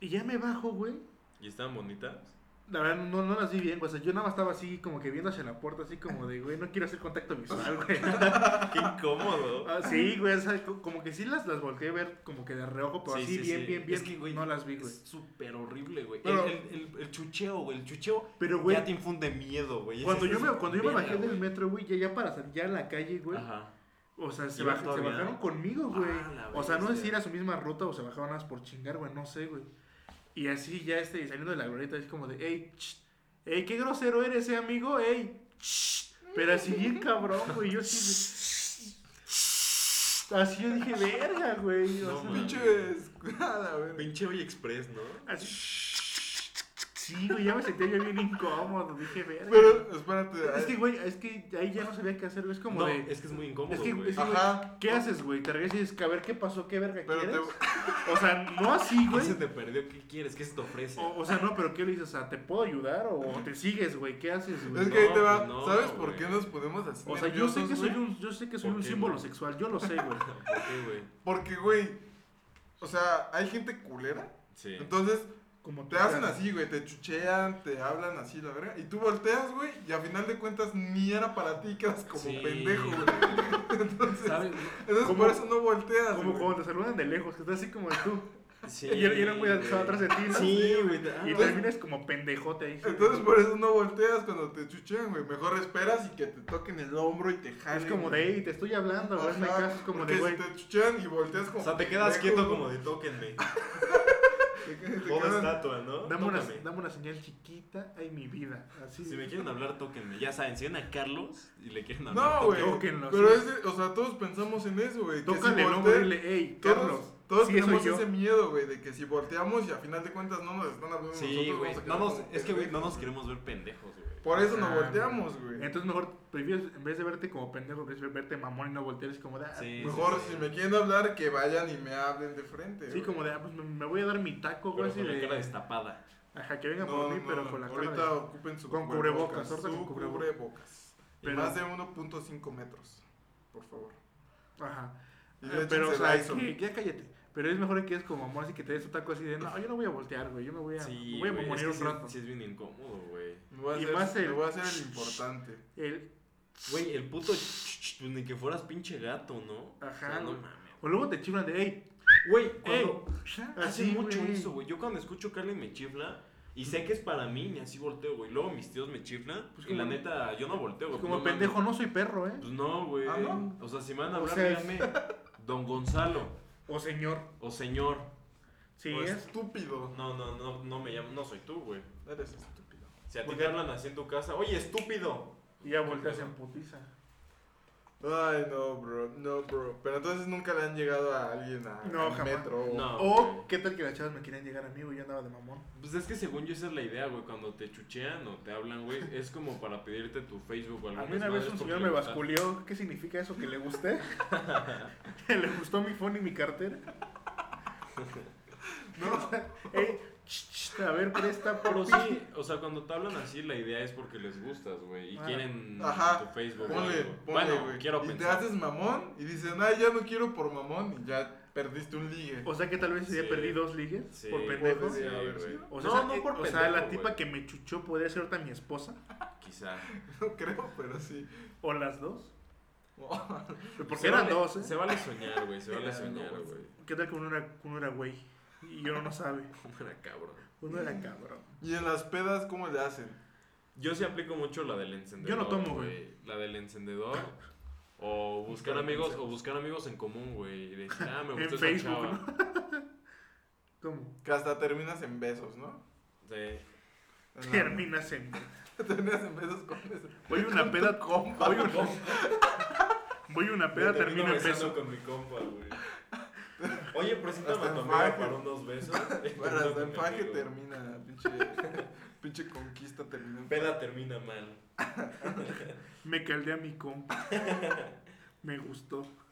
Speaker 3: Y ya me bajo, güey.
Speaker 1: ¿Y estaban bonitas?
Speaker 3: La verdad, no, no las vi bien, güey. O sea, yo nada más estaba así, como que viendo hacia la puerta, así como de, güey, no quiero hacer contacto visual, güey.
Speaker 1: Qué incómodo.
Speaker 3: Ah, sí, güey, o sea, co- como que sí las, las volteé a ver, como que de reojo, pero
Speaker 1: Sí,
Speaker 3: así,
Speaker 1: sí,
Speaker 3: bien,
Speaker 1: sí.
Speaker 3: bien, bien.
Speaker 1: Es que, güey,
Speaker 3: no las vi, güey.
Speaker 1: Es súper horrible, güey.
Speaker 2: Pero-
Speaker 1: el, el, el, el chucheo, güey. El chucheo
Speaker 3: Pero, güey,
Speaker 1: ya te infunde miedo, güey.
Speaker 3: cuando
Speaker 1: Ese-
Speaker 3: yo me,
Speaker 1: ese-
Speaker 3: cuando yo me
Speaker 1: verga,
Speaker 3: bajé del
Speaker 1: güey.
Speaker 3: metro, güey, ya, ya para salir ya a la calle, güey.
Speaker 1: Ajá.
Speaker 3: O sea, se,
Speaker 1: Iban
Speaker 3: baj- se
Speaker 1: todavía.
Speaker 3: bajaron conmigo, güey.
Speaker 1: Ah, la
Speaker 3: o sea, no sé
Speaker 1: bestia.
Speaker 3: si era su misma ruta o se bajaron nada más por chingar, güey, no sé, güey. Y así ya este, saliendo de la glorieta, es como de, ey, ch, ey, qué grosero eres, eh, amigo, ey, ch". Pero así bien cabrón, güey, yo sí. Así yo dije, verga, güey. o
Speaker 1: No,
Speaker 3: sea,
Speaker 1: mames.
Speaker 2: Pinches... A la verga.
Speaker 1: Pinche hoy express, ¿no?
Speaker 3: así. Sí, güey, ya me sentía yo bien incómodo, dije, verga.
Speaker 2: Pero, espérate.
Speaker 3: es que, güey, es que ahí ya no sabía qué hacer, güey, es como
Speaker 1: no,
Speaker 3: de.
Speaker 1: es que es muy incómodo,
Speaker 3: es que-
Speaker 1: güey. Ah,
Speaker 3: es-
Speaker 2: Ajá.
Speaker 3: ¿Qué haces, güey? Te regresas y dices, a ver qué pasó, qué verga
Speaker 2: Pero
Speaker 3: quieres.
Speaker 2: te...
Speaker 3: O sea, no así,
Speaker 1: ¿Qué
Speaker 3: güey. Oh.
Speaker 1: se te perdió? ¿Qué quieres? ¿Qué se te ofrece?
Speaker 3: O, o sea, no, pero ¿qué le dices? O sea, ¿te puedo ayudar o te sigues, güey? ¿Qué haces, güey?
Speaker 2: Es que ahí te va.
Speaker 1: pues no,
Speaker 2: ¿Sabes por
Speaker 1: güey.
Speaker 2: qué nos ponemos así?
Speaker 3: O sea, yo sé que
Speaker 2: nerviosos,
Speaker 3: soy
Speaker 2: güey?
Speaker 3: un, yo sé que soy
Speaker 1: ¿Por
Speaker 3: un
Speaker 1: qué,
Speaker 3: símbolo
Speaker 1: güey?
Speaker 3: sexual, yo lo sé, güey.
Speaker 1: ¿Por qué, güey?
Speaker 2: Porque, güey. O sea, hay gente culera.
Speaker 1: Sí.
Speaker 2: Entonces,
Speaker 3: Como
Speaker 2: te hacen así, güey. Te chuchean, te hablan así, la verga. Y tú volteas, güey. Y a final de cuentas, ni era para ti. Quedas como
Speaker 1: Sí,
Speaker 2: pendejo, güey. Entonces,
Speaker 1: ¿Sabes?
Speaker 2: entonces
Speaker 3: ¿Cómo?
Speaker 2: por eso no volteas.
Speaker 3: Como
Speaker 2: güey.
Speaker 3: cuando te saludan de lejos, que estás así como tú.
Speaker 1: Sí.
Speaker 3: y era un güey atrás de ti, ¿no?
Speaker 1: Sí, güey. te- ah,
Speaker 3: Y
Speaker 2: Entonces-
Speaker 3: terminas como pendejote ahí.
Speaker 2: Entonces, por eso no volteas cuando te chuchean, güey. Mejor esperas y que te toquen el hombro y te jalen.
Speaker 3: Ah, Es como de,
Speaker 2: güey.
Speaker 3: ey, te estoy hablando, güey. Me
Speaker 2: Ajá,
Speaker 3: caso, es como
Speaker 2: porque
Speaker 3: de, güey.
Speaker 2: si te chuchean y volteas como.
Speaker 1: O sea, te quedas
Speaker 2: pendejo,
Speaker 1: quieto
Speaker 2: güey.
Speaker 1: como de tóquenme.
Speaker 2: Te quedas- te
Speaker 1: Toda
Speaker 2: quedas-
Speaker 1: estatua, ¿no?
Speaker 3: Dame una,
Speaker 1: Tócame.
Speaker 3: dame una señal chiquita, ay, mi vida. Así.
Speaker 1: Si me quieren hablar, tóquenme. Ya saben, si ven a Carlos y le quieren hablar,
Speaker 2: No, güey.
Speaker 3: tóquenlo,
Speaker 2: Pero
Speaker 3: sí.
Speaker 2: es, de- o sea, todos pensamos en eso, güey. que
Speaker 3: Tócale
Speaker 2: si
Speaker 3: el hombro
Speaker 2: voltea-
Speaker 3: y dile, ey,
Speaker 2: todos,
Speaker 3: Carlos.
Speaker 2: todos
Speaker 3: sí,
Speaker 2: tenemos
Speaker 3: soy yo.
Speaker 2: ese miedo, güey, de que si volteamos y a final de cuentas no nos están hablando
Speaker 1: Sí,
Speaker 2: nosotros,
Speaker 1: güey.
Speaker 2: vamos a
Speaker 1: No
Speaker 2: quedar
Speaker 1: nos,
Speaker 2: como
Speaker 1: es que, güey, no
Speaker 2: pendejos,
Speaker 1: nos queremos ver pendejos, güey.
Speaker 2: Por eso no
Speaker 3: Ah,
Speaker 2: volteamos, güey.
Speaker 3: Entonces mejor prefieres, en vez de verte como pendejo, prefieres verte mamón y no voltear, es como de, ah,
Speaker 1: Sí,
Speaker 2: Mejor
Speaker 1: sí, sí.
Speaker 2: si me quieren hablar, que vayan y me hablen de frente.
Speaker 3: sí, como de, ah, pues me, me voy a dar mi taco,
Speaker 1: Pero
Speaker 3: güey, así
Speaker 1: con la
Speaker 3: de,
Speaker 1: cara destapada.
Speaker 3: ajá, que venga por mí, pero con la cara
Speaker 2: Ahorita
Speaker 3: de-
Speaker 2: ocupen su
Speaker 3: con cubrebocas, ahorita
Speaker 2: su
Speaker 3: con cubrebocas.
Speaker 2: cubrebocas. Y
Speaker 3: Pero-
Speaker 2: más de 1.5 metros, por favor.
Speaker 3: ajá,
Speaker 2: Y
Speaker 3: Ah,
Speaker 2: échense
Speaker 3: pero, o sea,
Speaker 2: Lysol.
Speaker 3: que- ya cállate, pero es mejor que es como mamón, así que te des tu taco así de, no, yo no voy a voltear, güey, yo me voy a, me
Speaker 1: Sí,
Speaker 3: voy a
Speaker 1: güey, es
Speaker 3: mamonear
Speaker 1: que
Speaker 3: un rato,
Speaker 1: sí, sí es bien incómodo, güey.
Speaker 2: Me voy a
Speaker 3: y
Speaker 2: hacer-
Speaker 3: más el-
Speaker 2: me voy a hacer el importante.
Speaker 3: El-
Speaker 1: Güey, el puto... pues ni que fueras pinche gato, ¿no?
Speaker 3: Ajá,
Speaker 1: O sea, no
Speaker 3: güey.
Speaker 1: mames. Eh,
Speaker 3: o luego te chiflan de, hey,
Speaker 1: Güey,
Speaker 3: hey,
Speaker 1: cuando... Hace
Speaker 3: así,
Speaker 1: mucho
Speaker 3: güey.
Speaker 1: eso, güey. Yo cuando escucho que alguien me chifla, Y sé que es para mí y así volteo, güey. Luego mis tíos me chiflan
Speaker 3: Pues
Speaker 1: y la
Speaker 3: como-
Speaker 1: neta, yo no volteo, güey. Pues
Speaker 3: Como
Speaker 1: No mames.
Speaker 3: pendejo, no soy perro, ¿eh?
Speaker 1: Pues no, güey.
Speaker 2: Ah, ¿no?
Speaker 1: O sea, si me van a
Speaker 3: O
Speaker 1: hablar,
Speaker 3: sea,
Speaker 1: díganme don Gonzalo
Speaker 3: O señor.
Speaker 1: o señor.
Speaker 3: Sí,
Speaker 1: Pues,
Speaker 3: es.
Speaker 2: Estúpido.
Speaker 1: No, no, no, no me llamo, no soy tú, güey.
Speaker 2: Eres estúpido.
Speaker 1: Si a ti
Speaker 3: ¿Por
Speaker 1: te
Speaker 3: qué?
Speaker 1: hablan así en tu casa, oye, estúpido.
Speaker 3: Y ya volteas en putiza.
Speaker 2: Ay, no, bro. No, bro. Pero entonces nunca le han llegado a alguien a,
Speaker 3: No,
Speaker 2: al
Speaker 3: jamás.
Speaker 2: metro. o-
Speaker 1: No.
Speaker 3: O, ¿qué tal que las chavas me querían llegar a mí, güey? Yo andaba de mamón.
Speaker 1: Pues es que según yo esa es la idea, güey. Cuando te chuchean o te hablan, güey, es como para pedirte tu Facebook o algo
Speaker 3: A mí una vez un señor me basculió. ¿Qué significa eso? ¿Que le gusté? ¿Le gustó mi phone y mi cartera? No. Ey, ch, ch, a ver, presta,
Speaker 1: Pero
Speaker 3: por
Speaker 1: sí, o sea, cuando te hablan así, la idea es porque les gustas, güey. Y
Speaker 3: Ah.
Speaker 1: quieren
Speaker 2: Ajá.
Speaker 1: tu Facebook. o
Speaker 2: Ponle,
Speaker 1: algo.
Speaker 2: ponle,
Speaker 1: bueno,
Speaker 2: güey.
Speaker 1: quiero
Speaker 2: y
Speaker 1: pensar.
Speaker 2: te haces mamón y dices, ay, ya no quiero por mamón y ya perdiste un ligue.
Speaker 3: O sea que tal vez si
Speaker 1: Sí.
Speaker 3: ya perdí dos ligues
Speaker 1: Sí,
Speaker 3: por pendejo.
Speaker 1: sí,
Speaker 2: a ver,
Speaker 1: güey.
Speaker 2: sí.
Speaker 3: O sea,
Speaker 1: no,
Speaker 3: esa- eh,
Speaker 1: no por
Speaker 3: o
Speaker 1: pendejo.
Speaker 3: sea, la tipa
Speaker 1: güey.
Speaker 3: que me chuchó podría ser ahorita mi esposa.
Speaker 1: Quizá.
Speaker 2: No creo, pero sí.
Speaker 3: O las dos. Porque
Speaker 1: Se
Speaker 3: eran
Speaker 1: vale-
Speaker 3: dos, ¿eh?
Speaker 1: Pues Se vale soñar, güey. Se vale
Speaker 2: Claro,
Speaker 1: soñar,
Speaker 2: güey.
Speaker 1: güey.
Speaker 3: ¿Qué tal que uno era, uno era güey? Y yo no lo sabe.
Speaker 1: Era cabrón.
Speaker 3: Uno
Speaker 1: Mm.
Speaker 3: era cabrón.
Speaker 2: ¿Y en las pedas cómo le hacen?
Speaker 1: Yo sí aplico mucho la del encendedor.
Speaker 3: Yo no tomo,
Speaker 1: La del encendedor. O buscar
Speaker 3: Buscar
Speaker 1: amigos, o
Speaker 3: consejos.
Speaker 1: buscar amigos en común, güey. Y decir, ah, me
Speaker 3: En
Speaker 1: gusta esa
Speaker 3: Facebook,
Speaker 1: chava.
Speaker 3: ¿no? ¿Cómo?
Speaker 2: Que hasta terminas en besos, ¿no?
Speaker 1: Sí.
Speaker 2: En la-
Speaker 3: Terminas en.
Speaker 2: Terminas en besos con eso.
Speaker 3: Voy a una peda.
Speaker 2: compa.
Speaker 3: Voy a una, voy a una peda,
Speaker 1: Me termino
Speaker 3: termino en
Speaker 1: besando
Speaker 3: beso.
Speaker 1: con mi compa, güey. Oye, preséntame
Speaker 2: Hasta
Speaker 1: a tu
Speaker 2: en
Speaker 1: amiga
Speaker 2: faje.
Speaker 1: para unos besos.
Speaker 2: Bueno, hasta
Speaker 1: Termino
Speaker 2: en
Speaker 1: con
Speaker 2: faje
Speaker 1: mi amigo.
Speaker 2: termina, pinche, pinche conquista termina. en
Speaker 1: Peda termina mal.
Speaker 3: Me caldé a mi compa. Me gustó.
Speaker 2: faje.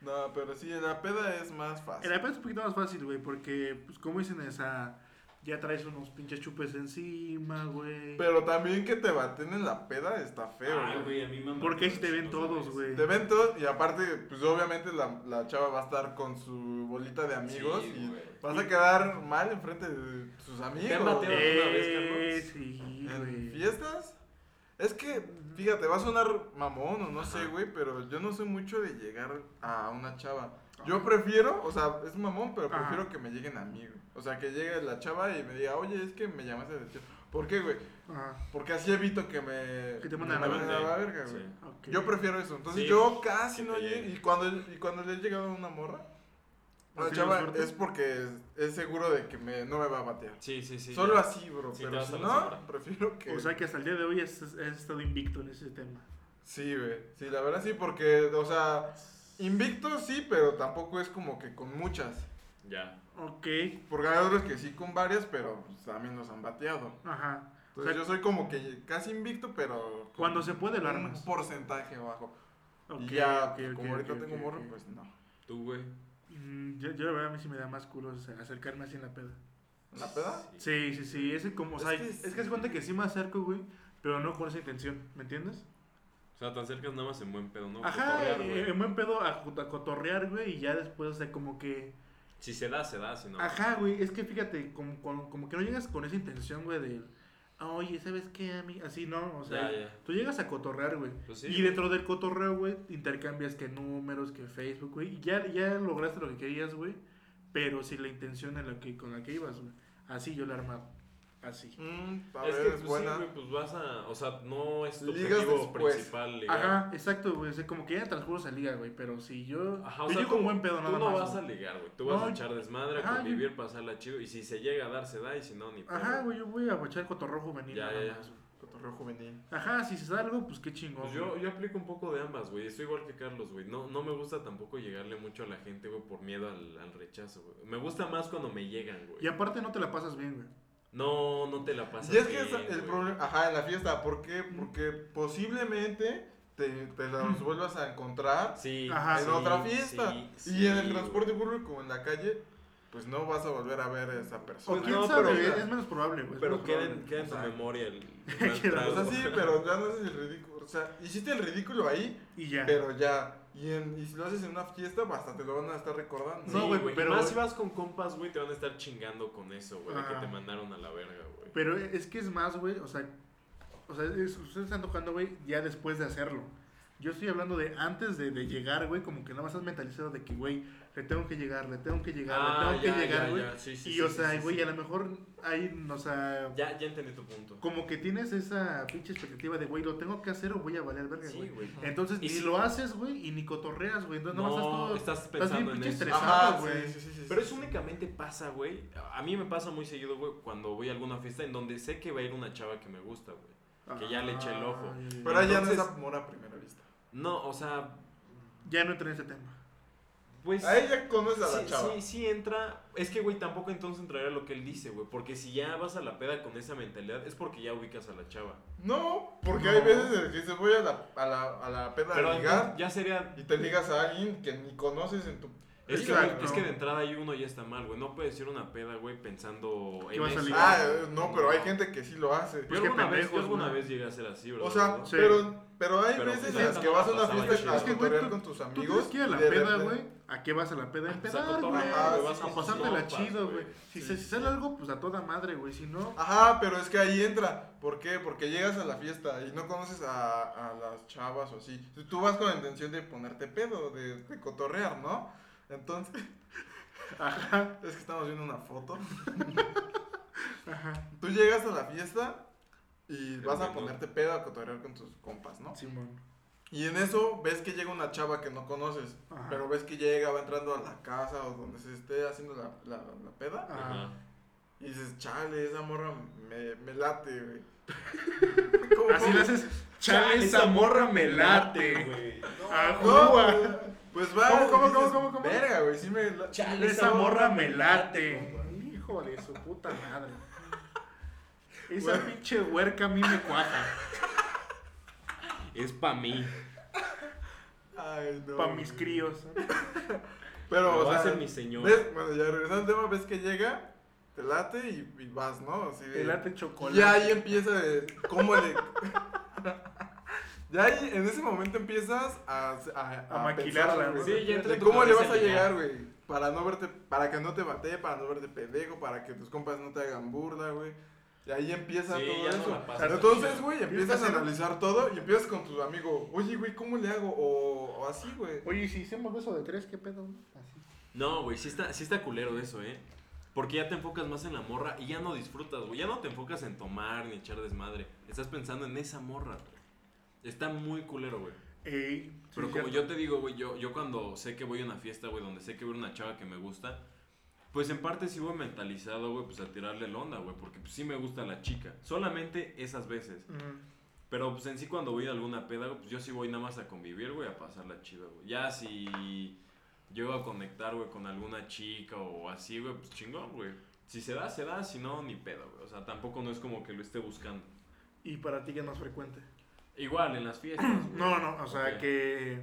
Speaker 2: No, pero sí, en la peda es más fácil.
Speaker 3: El iPad es un poquito más fácil, güey, porque, pues, como dicen esa. Ya traes unos pinches chupes encima, güey.
Speaker 2: Pero también que te baten en la peda está feo,
Speaker 1: Ay,
Speaker 2: güey.
Speaker 1: Ah, güey, a mí me
Speaker 3: Porque ahí sí
Speaker 1: si
Speaker 3: te ven todos, güey.
Speaker 2: Te ven todos y aparte, pues obviamente la, la chava va a estar con su bolita de amigos
Speaker 1: Sí,
Speaker 2: y
Speaker 1: güey.
Speaker 2: vas a quedar mal enfrente de sus amigos.
Speaker 1: mateo.
Speaker 2: Eh,
Speaker 1: una vez,
Speaker 3: Eh, sí,
Speaker 2: ¿En
Speaker 3: güey.
Speaker 2: fiestas? Es que, fíjate, va a sonar mamón o no sé,
Speaker 1: Ajá.
Speaker 2: güey, pero yo no soy mucho de llegar a una chava. Yo prefiero, o sea, es mamón, pero
Speaker 3: Ajá.
Speaker 2: prefiero que me lleguen a mí, güey. O sea, que llegue la chava y me diga, oye, es que me llamaste la atención. ¿Por qué, güey?
Speaker 3: Ah,
Speaker 2: Porque así evito que me...
Speaker 3: Que te manden
Speaker 2: me
Speaker 3: a la
Speaker 2: manden
Speaker 1: verga.
Speaker 2: verga,
Speaker 1: Sí.
Speaker 2: güey.
Speaker 3: ok.
Speaker 2: Yo prefiero eso. Entonces
Speaker 1: Sí,
Speaker 2: yo casi
Speaker 1: que
Speaker 2: no
Speaker 1: te
Speaker 2: llego.
Speaker 1: llegue.
Speaker 2: Y cuando, y cuando le he llegado a una morra, a
Speaker 3: ¿Has
Speaker 2: la
Speaker 3: tenido
Speaker 2: chava
Speaker 3: suerte?
Speaker 2: es porque es, es seguro de que me, no me va a batear.
Speaker 1: Sí, sí, sí.
Speaker 2: Solo
Speaker 1: ya.
Speaker 2: así, bro.
Speaker 1: Sí, te
Speaker 2: pero
Speaker 1: vas
Speaker 2: si
Speaker 1: a la
Speaker 2: no,
Speaker 1: segura.
Speaker 2: prefiero que.
Speaker 3: O sea que hasta el día de hoy has, has estado invicto en ese tema.
Speaker 2: Sí, güey. Sí, la verdad sí, porque, o sea, invicto sí, pero tampoco es como que con muchas.
Speaker 1: Ya.
Speaker 3: Ok,
Speaker 2: Porque hay otros que sí con varias, pero pues, también los han bateado.
Speaker 3: ajá. O
Speaker 2: Entonces
Speaker 3: sea,
Speaker 2: yo soy como que casi invicto, pero. con
Speaker 3: Cuando se puede, lo armas.
Speaker 2: Un porcentaje bajo.
Speaker 3: ok,
Speaker 2: y ya,
Speaker 3: ok,
Speaker 2: pues,
Speaker 3: ok,
Speaker 2: como ahorita
Speaker 3: ok,
Speaker 2: tengo
Speaker 3: ok,
Speaker 2: morro,
Speaker 3: ok.
Speaker 2: pues no.
Speaker 1: Tú, güey.
Speaker 3: Mm, Yo, yo la verdad a mí sí me da más culo o sea, acercarme así en la peda.
Speaker 2: ¿La peda?
Speaker 3: Sí, sí, sí, ese como, o sea,
Speaker 2: Es
Speaker 3: es
Speaker 2: que
Speaker 3: que,
Speaker 2: sí.
Speaker 3: es cuenta que sí me acerco, güey, pero no con esa intención, ¿me entiendes?
Speaker 1: O sea, te acercas nada más en buen pedo, ¿no?
Speaker 3: Ajá,
Speaker 1: Cotorrear,
Speaker 3: eh,
Speaker 1: güey.
Speaker 3: en buen pedo a, jut- a cotorrear, güey, y ya después, o sea, como que...
Speaker 1: Si se da, se da, si no.
Speaker 3: Ajá, güey, es que fíjate, como, como, como que no llegas con esa intención, güey, de... "Ah, Oye, ¿sabes qué, a mí? Así, ¿no? O sea,
Speaker 1: Ya, ya.
Speaker 3: tú llegas a cotorrear, güey.
Speaker 1: Pues sí,
Speaker 3: y
Speaker 1: güey.
Speaker 3: dentro del cotorreo, güey, intercambias que números, que Facebook, güey. Y ya, ya lograste lo que querías, güey. Pero sin la intención en la que, con la que ibas, güey. Así yo la he armado. Así.
Speaker 2: Mm, a
Speaker 1: es
Speaker 2: ver,
Speaker 1: que,
Speaker 2: es
Speaker 1: pues,
Speaker 2: buena.
Speaker 1: Sí, güey, pues vas a. O sea, no es tu
Speaker 2: Ligas
Speaker 1: objetivo
Speaker 2: después.
Speaker 1: principal. ligar.
Speaker 3: Ajá, exacto, güey. O sea, como que ya transcurro esa liga, güey. Pero si yo.
Speaker 1: Ajá, o
Speaker 2: Pues
Speaker 3: yo
Speaker 1: sea,
Speaker 3: llego con
Speaker 1: tú-
Speaker 3: buen pedo,
Speaker 1: tú
Speaker 3: nada
Speaker 1: no
Speaker 3: más.
Speaker 1: vas
Speaker 3: güey.
Speaker 1: a ligar, güey. Tú vas
Speaker 3: No,
Speaker 1: a echar desmadre,
Speaker 3: ajá,
Speaker 1: a convivir, pasarla chido. Y si se llega a dar, se da. Y si no, ni pedo.
Speaker 3: Ajá, güey, yo voy a echar cotorreo juvenil,
Speaker 1: Ya,
Speaker 3: nada
Speaker 1: ya, ya.
Speaker 3: más, güey.
Speaker 2: Cotorreo juvenil.
Speaker 3: Ajá, si se da algo, pues qué chingón.
Speaker 1: Pues yo,
Speaker 3: güey.
Speaker 1: yo aplico un poco de ambas, güey. Estoy igual que Carlos, güey. No, no me gusta tampoco llegarle mucho a la gente, güey, por miedo al, al rechazo, güey. Me gusta más cuando me llegan, güey.
Speaker 3: Y aparte no te la pasas bien, güey.
Speaker 1: No, no te la pasas.
Speaker 2: Y es que
Speaker 1: bien,
Speaker 2: es el
Speaker 1: güey.
Speaker 2: problema, ajá, en la fiesta, ¿por qué? Porque posiblemente te, te los vuelvas a encontrar
Speaker 1: Sí.
Speaker 3: Ajá.
Speaker 2: en
Speaker 1: sí,
Speaker 2: otra fiesta.
Speaker 1: sí,
Speaker 2: y
Speaker 1: sí,
Speaker 2: en el transporte
Speaker 1: güey.
Speaker 2: público, en la calle, pues no vas a volver a ver a esa
Speaker 3: O
Speaker 2: persona.
Speaker 1: Pues
Speaker 3: quién
Speaker 1: no,
Speaker 3: sabe,
Speaker 1: pero-
Speaker 3: es menos probable, güey. es
Speaker 1: Pero
Speaker 3: menos
Speaker 1: queda en,
Speaker 3: probable.
Speaker 1: queda en tu
Speaker 2: Ajá.
Speaker 1: memoria el.
Speaker 3: Queda-
Speaker 1: el
Speaker 2: O
Speaker 1: trago.
Speaker 2: sea, sí, pero ya no haces el ridículo. O sea, hiciste el ridículo ahí,
Speaker 3: Y ya.
Speaker 2: pero ya. Y, en- y si lo haces en una fiesta, hasta te lo van a estar recordando.
Speaker 1: No,
Speaker 3: No,
Speaker 1: güey,
Speaker 3: güey,
Speaker 1: pero.
Speaker 3: pero-
Speaker 1: Más si vas con compas, güey, te van a estar chingando con eso, güey, de que
Speaker 3: Ah.
Speaker 1: te mandaron a la verga, güey.
Speaker 3: Pero es que es más, güey, o sea, o sea es- ustedes están tocando, güey, ya después de hacerlo. Yo estoy hablando de antes de, de llegar, güey, como que nada más estás mentalizado de que, güey, le tengo que llegar, le tengo que llegar, le tengo que llegar, güey.
Speaker 1: Ah, ya, sí, sí,
Speaker 3: y,
Speaker 1: sí,
Speaker 3: o
Speaker 1: sí,
Speaker 3: sea,
Speaker 1: sí,
Speaker 3: güey,
Speaker 1: sí.
Speaker 3: a lo mejor ahí, o sea,
Speaker 1: Ya, ya entendí tu punto.
Speaker 3: como que tienes esa pinche expectativa de, güey, lo tengo que hacer o voy a valer verga,
Speaker 1: Sí,
Speaker 3: güey.
Speaker 1: güey.
Speaker 3: Entonces,
Speaker 1: Y
Speaker 3: ni
Speaker 1: sí.
Speaker 3: lo haces, güey, y ni cotorreas, güey. Entonces, nada más
Speaker 1: No,
Speaker 3: estás
Speaker 1: estás
Speaker 3: todo... bien
Speaker 1: pensando en
Speaker 3: pinche
Speaker 1: eso.
Speaker 3: estresado.
Speaker 2: Ajá,
Speaker 3: güey.
Speaker 2: sí, sí, sí, sí,
Speaker 1: Pero
Speaker 2: sí,
Speaker 1: eso
Speaker 2: sí.
Speaker 1: únicamente pasa, güey. A mí me pasa muy seguido, güey, cuando voy a alguna fiesta en donde sé que va a ir una chava que me gusta, güey. que ya le eché el ojo.
Speaker 3: Ay, ay, ay.
Speaker 2: Pero allá no es
Speaker 1: Entonces-
Speaker 2: amor a primera vista.
Speaker 1: No, o sea,
Speaker 3: Ya no entré en ese tema.
Speaker 1: pues...
Speaker 2: Ahí ya conoces a la
Speaker 1: Sí,
Speaker 2: chava.
Speaker 1: sí, sí entra. Es que, güey, tampoco entonces entraría lo que él dice, güey. Porque si ya vas a la peda con esa mentalidad, es porque ya ubicas a la chava.
Speaker 2: No, porque
Speaker 3: No.
Speaker 2: hay veces en las que dices, voy a la, a la, a la peda
Speaker 1: Pero
Speaker 2: a ligar
Speaker 1: entonces ya sería.
Speaker 2: y te ligas a alguien que ni conoces en tu...
Speaker 1: Es que,
Speaker 2: Exacto.
Speaker 1: güey, es que de entrada hay uno ya está mal, güey. No puedes ir a una peda, güey, pensando
Speaker 3: ¿Qué
Speaker 1: en
Speaker 3: vas a
Speaker 1: eso.
Speaker 3: ligar?
Speaker 2: Ah, eh, no, pero hay gente que sí lo hace.
Speaker 1: Yo
Speaker 3: Pues qué
Speaker 1: alguna, vez, yo
Speaker 3: pendejos,
Speaker 1: alguna
Speaker 3: güey.
Speaker 1: vez llegué a ser así, bro.
Speaker 2: O sea,
Speaker 3: Sí.
Speaker 2: pero, pero hay
Speaker 1: Pero,
Speaker 2: veces
Speaker 1: pues,
Speaker 2: en las
Speaker 1: la
Speaker 2: que
Speaker 1: neta
Speaker 2: vas a
Speaker 1: no
Speaker 2: una
Speaker 1: pasaba
Speaker 2: fiesta
Speaker 1: chido.
Speaker 2: a
Speaker 1: Es que,
Speaker 3: güey,
Speaker 2: cotorrear
Speaker 3: tú-
Speaker 2: con tus
Speaker 3: Tú
Speaker 2: amigos.
Speaker 3: tienes que ir a la
Speaker 2: y de
Speaker 3: peda,
Speaker 2: repente-
Speaker 3: güey. ¿A qué vas a la peda? Pues, A empedar, güey.
Speaker 2: cotorrear, Ajá,
Speaker 1: vas
Speaker 2: sí,
Speaker 3: A
Speaker 1: tus
Speaker 3: pasártela
Speaker 1: compas,
Speaker 3: chido, güey. Si,
Speaker 1: Ah, Sí,
Speaker 3: se-
Speaker 1: sí,
Speaker 3: si sale
Speaker 1: sí.
Speaker 3: algo, pues a toda madre, güey. Si no...
Speaker 2: Ajá, pero es que ahí entra. ¿Por qué? Porque llegas a la fiesta y no conoces a, a las chavas o así. Tú- Tú vas con la intención de ponerte pedo, de, de cotorrear, ¿no? Entonces,
Speaker 3: Ajá,
Speaker 2: es que estamos viendo una foto.
Speaker 3: ajá.
Speaker 2: Tú llegas a la fiesta y
Speaker 1: Pero
Speaker 2: vas a
Speaker 1: bueno.
Speaker 2: ponerte pedo a cotorrear con tus compas, ¿no?
Speaker 3: Simón.
Speaker 2: Y en eso ves que llega una chava que no conoces,
Speaker 3: Ajá.
Speaker 2: pero ves que llega, va entrando a la casa o donde se esté haciendo la, la, la peda.
Speaker 3: Ajá.
Speaker 1: Ajá.
Speaker 2: Y dices, chale, esa morra me, me late, güey.
Speaker 3: Así le haces... Chale, esa morra me late, güey. Ah,
Speaker 2: No,
Speaker 3: güey.
Speaker 2: güey. Pues va.
Speaker 3: ¿Cómo, cómo,
Speaker 2: dices,
Speaker 3: cómo, cómo, cómo?
Speaker 2: Verga, güey, sí me. la-
Speaker 3: Chale, esa morra me late. Hijo de su puta madre. Esa
Speaker 2: Bueno.
Speaker 3: pinche huerca a mí me cuaja.
Speaker 1: Es pa' mí.
Speaker 2: Ay, no.
Speaker 3: Pa'
Speaker 2: güey.
Speaker 3: mis críos.
Speaker 1: Lo
Speaker 2: Pero, o
Speaker 1: va a
Speaker 2: sea.
Speaker 1: hacer mi señor.
Speaker 2: ves, Bueno, ya regresando al tema, ves que llega, te late y, y vas, ¿no? Así de.
Speaker 3: El arte
Speaker 2: Y ya ahí
Speaker 3: chocolate.
Speaker 2: empieza de. ¿Cómo le.? ya ahí, en ese momento empiezas a. A,
Speaker 3: A maquilarla,
Speaker 2: pensar,
Speaker 3: ¿no?
Speaker 2: güey,
Speaker 1: Sí, ya entra
Speaker 2: de
Speaker 1: en tu
Speaker 2: ¿Cómo le vas
Speaker 1: cabeza
Speaker 2: a
Speaker 1: el
Speaker 2: llegar, güey? Para no verte. Para que no te batee, para no verte pendejo, para que tus compas no te hagan burla, güey. Y ahí empieza
Speaker 1: Sí,
Speaker 2: todo
Speaker 1: ya no
Speaker 2: eso.
Speaker 1: la pasas
Speaker 2: Entonces,
Speaker 1: chido.
Speaker 2: güey, empiezas a
Speaker 3: Empiezas a-
Speaker 2: analizar todo y empiezas con tu amigo, oye, güey, ¿cómo le hago? O, o así, güey.
Speaker 3: Oye, ¿y si hicimos beso de tres, ¿qué pedo? Así.
Speaker 1: No, güey, sí está, sí está culero eso, ¿eh? Porque ya te enfocas más en la morra y ya no disfrutas, güey. Ya no te enfocas en tomar ni echar desmadre. Estás pensando en esa morra, güey. Está muy culero, güey.
Speaker 3: Ey, sí,
Speaker 1: Pero
Speaker 3: es
Speaker 1: como yo
Speaker 3: cierto.
Speaker 1: te digo, güey, yo, yo cuando sé que voy a una fiesta, güey, donde sé que voy a una chava que me gusta, pues en parte sí voy mentalizado, güey, pues a tirarle la onda, güey, porque pues, sí me gusta la chica. Solamente esas veces.
Speaker 3: Ujú.
Speaker 1: Pero pues en sí cuando voy a alguna peda, güey, pues yo sí voy nada más a convivir, güey, a pasarla chido, güey. Ya si llego a conectar, güey, con alguna chica o así, güey, pues chingón, güey. Si se da, se da, si no, ni pedo, güey. O sea, tampoco no es como que lo esté buscando.
Speaker 3: ¿Y para ti qué es más frecuente?
Speaker 1: Igual, en las fiestas, güey.
Speaker 3: No, no, o sea,
Speaker 1: Ok.
Speaker 3: que.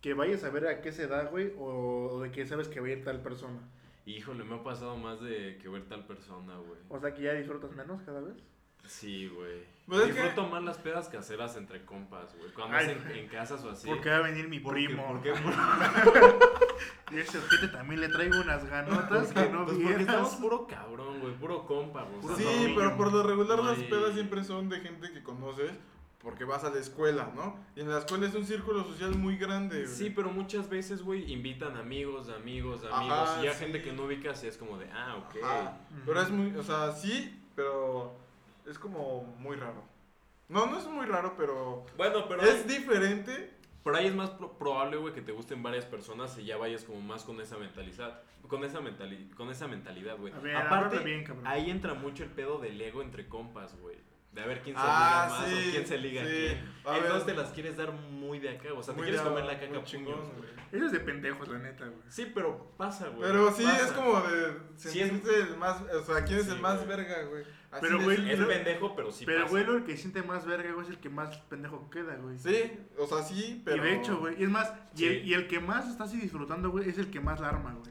Speaker 3: Que vayas a ver a qué se da, güey, o de que sabes que va a ir tal persona.
Speaker 1: Híjole, me ha pasado más de que ver tal persona, güey.
Speaker 3: O sea, que ya disfrutas menos cada vez.
Speaker 1: Sí, güey.
Speaker 2: Pues es
Speaker 1: Disfruto más las pedas caseras entre compas, güey. Cuando
Speaker 3: Ay,
Speaker 1: es en, en casas o así.
Speaker 3: Porque va a venir mi
Speaker 1: Porque-
Speaker 3: primo.
Speaker 1: porque-
Speaker 3: Y ese ojete también le traigo unas ganotas que no
Speaker 1: pues porque estamos
Speaker 3: vieras.
Speaker 1: puro cabrón, güey. Puro compa, güey.
Speaker 3: Puro
Speaker 1: O
Speaker 2: Sí,
Speaker 1: sea,
Speaker 3: dominio.
Speaker 2: pero por lo regular las
Speaker 1: Güey.
Speaker 2: pedas siempre son de gente que conoces porque vas a la escuela, ¿no? Y en la escuela es un círculo social muy grande, güey.
Speaker 1: Sí, pero muchas veces, güey, invitan amigos, amigos, amigos.
Speaker 2: Ajá,
Speaker 1: y ya
Speaker 2: sí.
Speaker 1: gente que no ubicas y es como de, ah, ok.
Speaker 2: Ajá. Pero es muy, o sea, sí, pero es como muy raro. No, no es muy raro, pero
Speaker 1: Bueno, pero,
Speaker 2: es diferente.
Speaker 1: pero ahí es más pro- probable, güey, que te gusten varias personas y ya vayas como más con esa mentalidad. Con esa, mentali con esa mentalidad, güey.
Speaker 3: A ver,
Speaker 1: Aparte,
Speaker 3: háblame bien, cabrón.
Speaker 1: ahí entra mucho el pedo del ego entre compas, güey. De a ver quién se liga
Speaker 2: Ah,
Speaker 1: más
Speaker 2: sí.
Speaker 1: o quién se liga
Speaker 2: sí.
Speaker 1: quién.
Speaker 2: A ver,
Speaker 1: Entonces te las quieres dar muy de acá, o sea, te
Speaker 2: muy
Speaker 1: quieres
Speaker 2: de-
Speaker 1: comer la caca
Speaker 2: muy
Speaker 1: a puños, güey.
Speaker 3: Eso es de pendejos, la neta, güey.
Speaker 1: Sí, pero pasa, güey.
Speaker 2: Pero sí,
Speaker 1: pasa.
Speaker 2: es como de
Speaker 1: Sí, es-
Speaker 2: sentirte el más, o sea, ¿quién es
Speaker 1: Sí,
Speaker 2: el más
Speaker 1: güey.
Speaker 2: verga, güey? Así
Speaker 3: Pero,
Speaker 2: de
Speaker 3: güey,
Speaker 2: simple.
Speaker 1: Es pendejo, pero sí
Speaker 3: Pero,
Speaker 1: pasa.
Speaker 3: güey, lo que siente más verga, güey, es el que más pendejo queda, güey.
Speaker 2: Sí, o sea, sí, pero...
Speaker 3: Y de hecho, güey, y es más, y, el,
Speaker 1: Sí.
Speaker 3: y el que más está así disfrutando, güey, es el que más la arma, güey.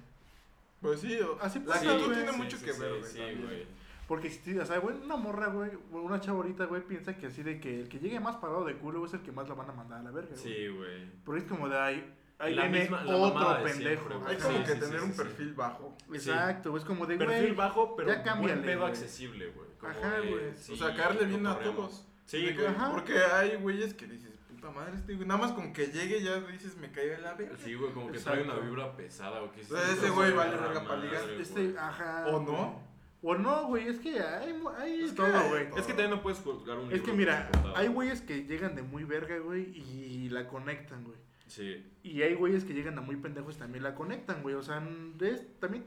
Speaker 2: Pues sí, o-
Speaker 3: Así
Speaker 2: la
Speaker 3: pasa,
Speaker 1: Sí,
Speaker 2: actitud
Speaker 3: güey.
Speaker 2: tiene
Speaker 1: sí,
Speaker 2: mucho
Speaker 1: sí,
Speaker 2: que
Speaker 1: sí,
Speaker 2: ver, güey.
Speaker 1: Sí,
Speaker 2: también.
Speaker 1: güey.
Speaker 3: Porque si, te- o sea, güey, una morra, güey, o una chavorita, güey, piensa que así de que el que llegue más parado de culo güey, es el que más la van a mandar a la verga, güey.
Speaker 1: Sí, güey.
Speaker 3: Porque es como de ahí, ahí
Speaker 1: La
Speaker 3: viene
Speaker 1: misma- la mamada
Speaker 3: otro
Speaker 1: de
Speaker 3: pendejo.
Speaker 1: siempre, güey.
Speaker 2: Hay
Speaker 3: Ajá.
Speaker 2: como
Speaker 1: Sí,
Speaker 2: que
Speaker 1: sí,
Speaker 2: tener
Speaker 1: sí,
Speaker 2: un
Speaker 1: sí,
Speaker 2: perfil bajo.
Speaker 3: Exacto, güey, es como de,
Speaker 1: Perfil
Speaker 3: güey,
Speaker 1: bajo, pero
Speaker 3: ya cámbiale,
Speaker 1: buen pedo
Speaker 3: güey.
Speaker 1: accesible, güey. Como
Speaker 3: Ajá,
Speaker 1: de,
Speaker 3: güey.
Speaker 1: sí,
Speaker 2: o sea, caerle bien a
Speaker 1: cotorreamos.
Speaker 2: todos.
Speaker 1: Sí,
Speaker 2: De que-
Speaker 1: güey.
Speaker 3: Ajá.
Speaker 2: Porque hay güeyes que dices, puta, puta madre este güey. Nada más con que llegue ya dices, me caigo en la verga.
Speaker 1: Sí, güey, como que trae una
Speaker 3: Exacto.
Speaker 1: vibra pesada, güey. que
Speaker 2: O sea, ese güey vale
Speaker 1: Madre,
Speaker 2: verga pa' ligar. ah,
Speaker 1: güey.
Speaker 3: Este, ajá.
Speaker 2: ¿O
Speaker 3: güey.
Speaker 2: no?
Speaker 3: O no, güey, es que hay, mu- hay
Speaker 2: Es que
Speaker 3: todo,
Speaker 2: hay
Speaker 3: güey.
Speaker 2: todo.
Speaker 1: Es que también no puedes juzgar un
Speaker 3: Es que
Speaker 1: libro por
Speaker 3: mira,
Speaker 1: su portada.
Speaker 3: hay güeyes que llegan de muy verga, güey, y la conectan, güey.
Speaker 1: Sí.
Speaker 3: Y hay güeyes que llegan a muy pendejos y también la conectan, güey. O sea, n- es- también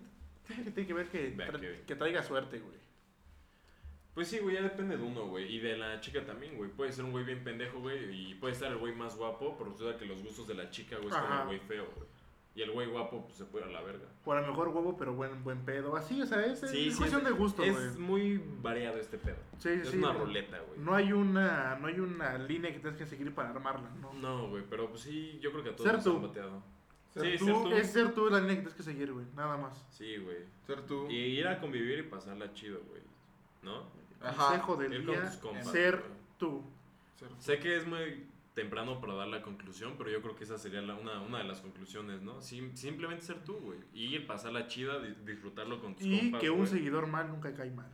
Speaker 3: tiene que, tiene que ver que,
Speaker 1: Vea
Speaker 3: tra-
Speaker 1: que-
Speaker 3: que traiga suerte, güey.
Speaker 1: Pues sí, güey, ya depende de uno, güey. Y de la chica también, güey. Puede ser un güey bien pendejo, güey. Y puede estar el güey más guapo, pero resulta que los gustos de la chica, güey, es como
Speaker 3: Ajá.
Speaker 1: el güey feo, güey. Y el güey guapo, pues se puede ir a la verga.
Speaker 3: O a lo mejor huevo, pero buen, buen pedo. Así, o sea, es, es
Speaker 1: Sí, sí,
Speaker 3: cuestión de gusto, güey.
Speaker 1: Es muy variado este pedo.
Speaker 3: Sí,
Speaker 1: Es
Speaker 3: sí,
Speaker 1: una
Speaker 3: sí.
Speaker 1: ruleta, güey.
Speaker 3: No hay una, no hay una línea que tengas que seguir para armarla, ¿no?
Speaker 1: No, güey, pero pues sí, yo creo que a todos
Speaker 3: Ser
Speaker 1: nos
Speaker 3: tú.
Speaker 1: han bateado.
Speaker 2: Ser
Speaker 1: Sí,
Speaker 2: tú,
Speaker 1: ser tú.
Speaker 3: Es ser tú la línea que tienes que seguir, güey, nada más.
Speaker 1: Sí, güey.
Speaker 2: Ser tú.
Speaker 1: Y ir a convivir y pasarla chido, güey. ¿No?
Speaker 2: Ajá.
Speaker 3: Consejo del
Speaker 1: Ir con
Speaker 3: día,
Speaker 1: tus compas.
Speaker 3: ser
Speaker 1: güey.
Speaker 3: tú.
Speaker 2: Ser tú.
Speaker 1: Sé que es muy temprano para dar la conclusión, pero yo creo que esa sería la- una, una de las conclusiones, ¿no? Sim- simplemente ser tú, güey. Y ir, pasarla chida, di- disfrutarlo con tus
Speaker 3: Y
Speaker 1: compas.
Speaker 3: que un
Speaker 1: güey.
Speaker 3: seguidor mal nunca cae mal.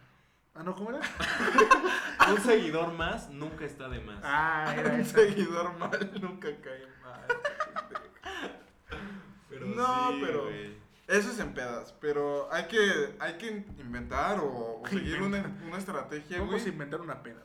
Speaker 3: Ah, ¿no? ¿Cómo era?
Speaker 1: Un seguidor más nunca está de más.
Speaker 3: Ah, era
Speaker 2: Un
Speaker 3: esa.
Speaker 2: seguidor mal nunca cae mal. no, pero-
Speaker 1: güey.
Speaker 2: Eso es en pedas, pero hay que, hay que inventar o, o seguir una, una estrategia, güey,
Speaker 3: Vamos a inventar una peda.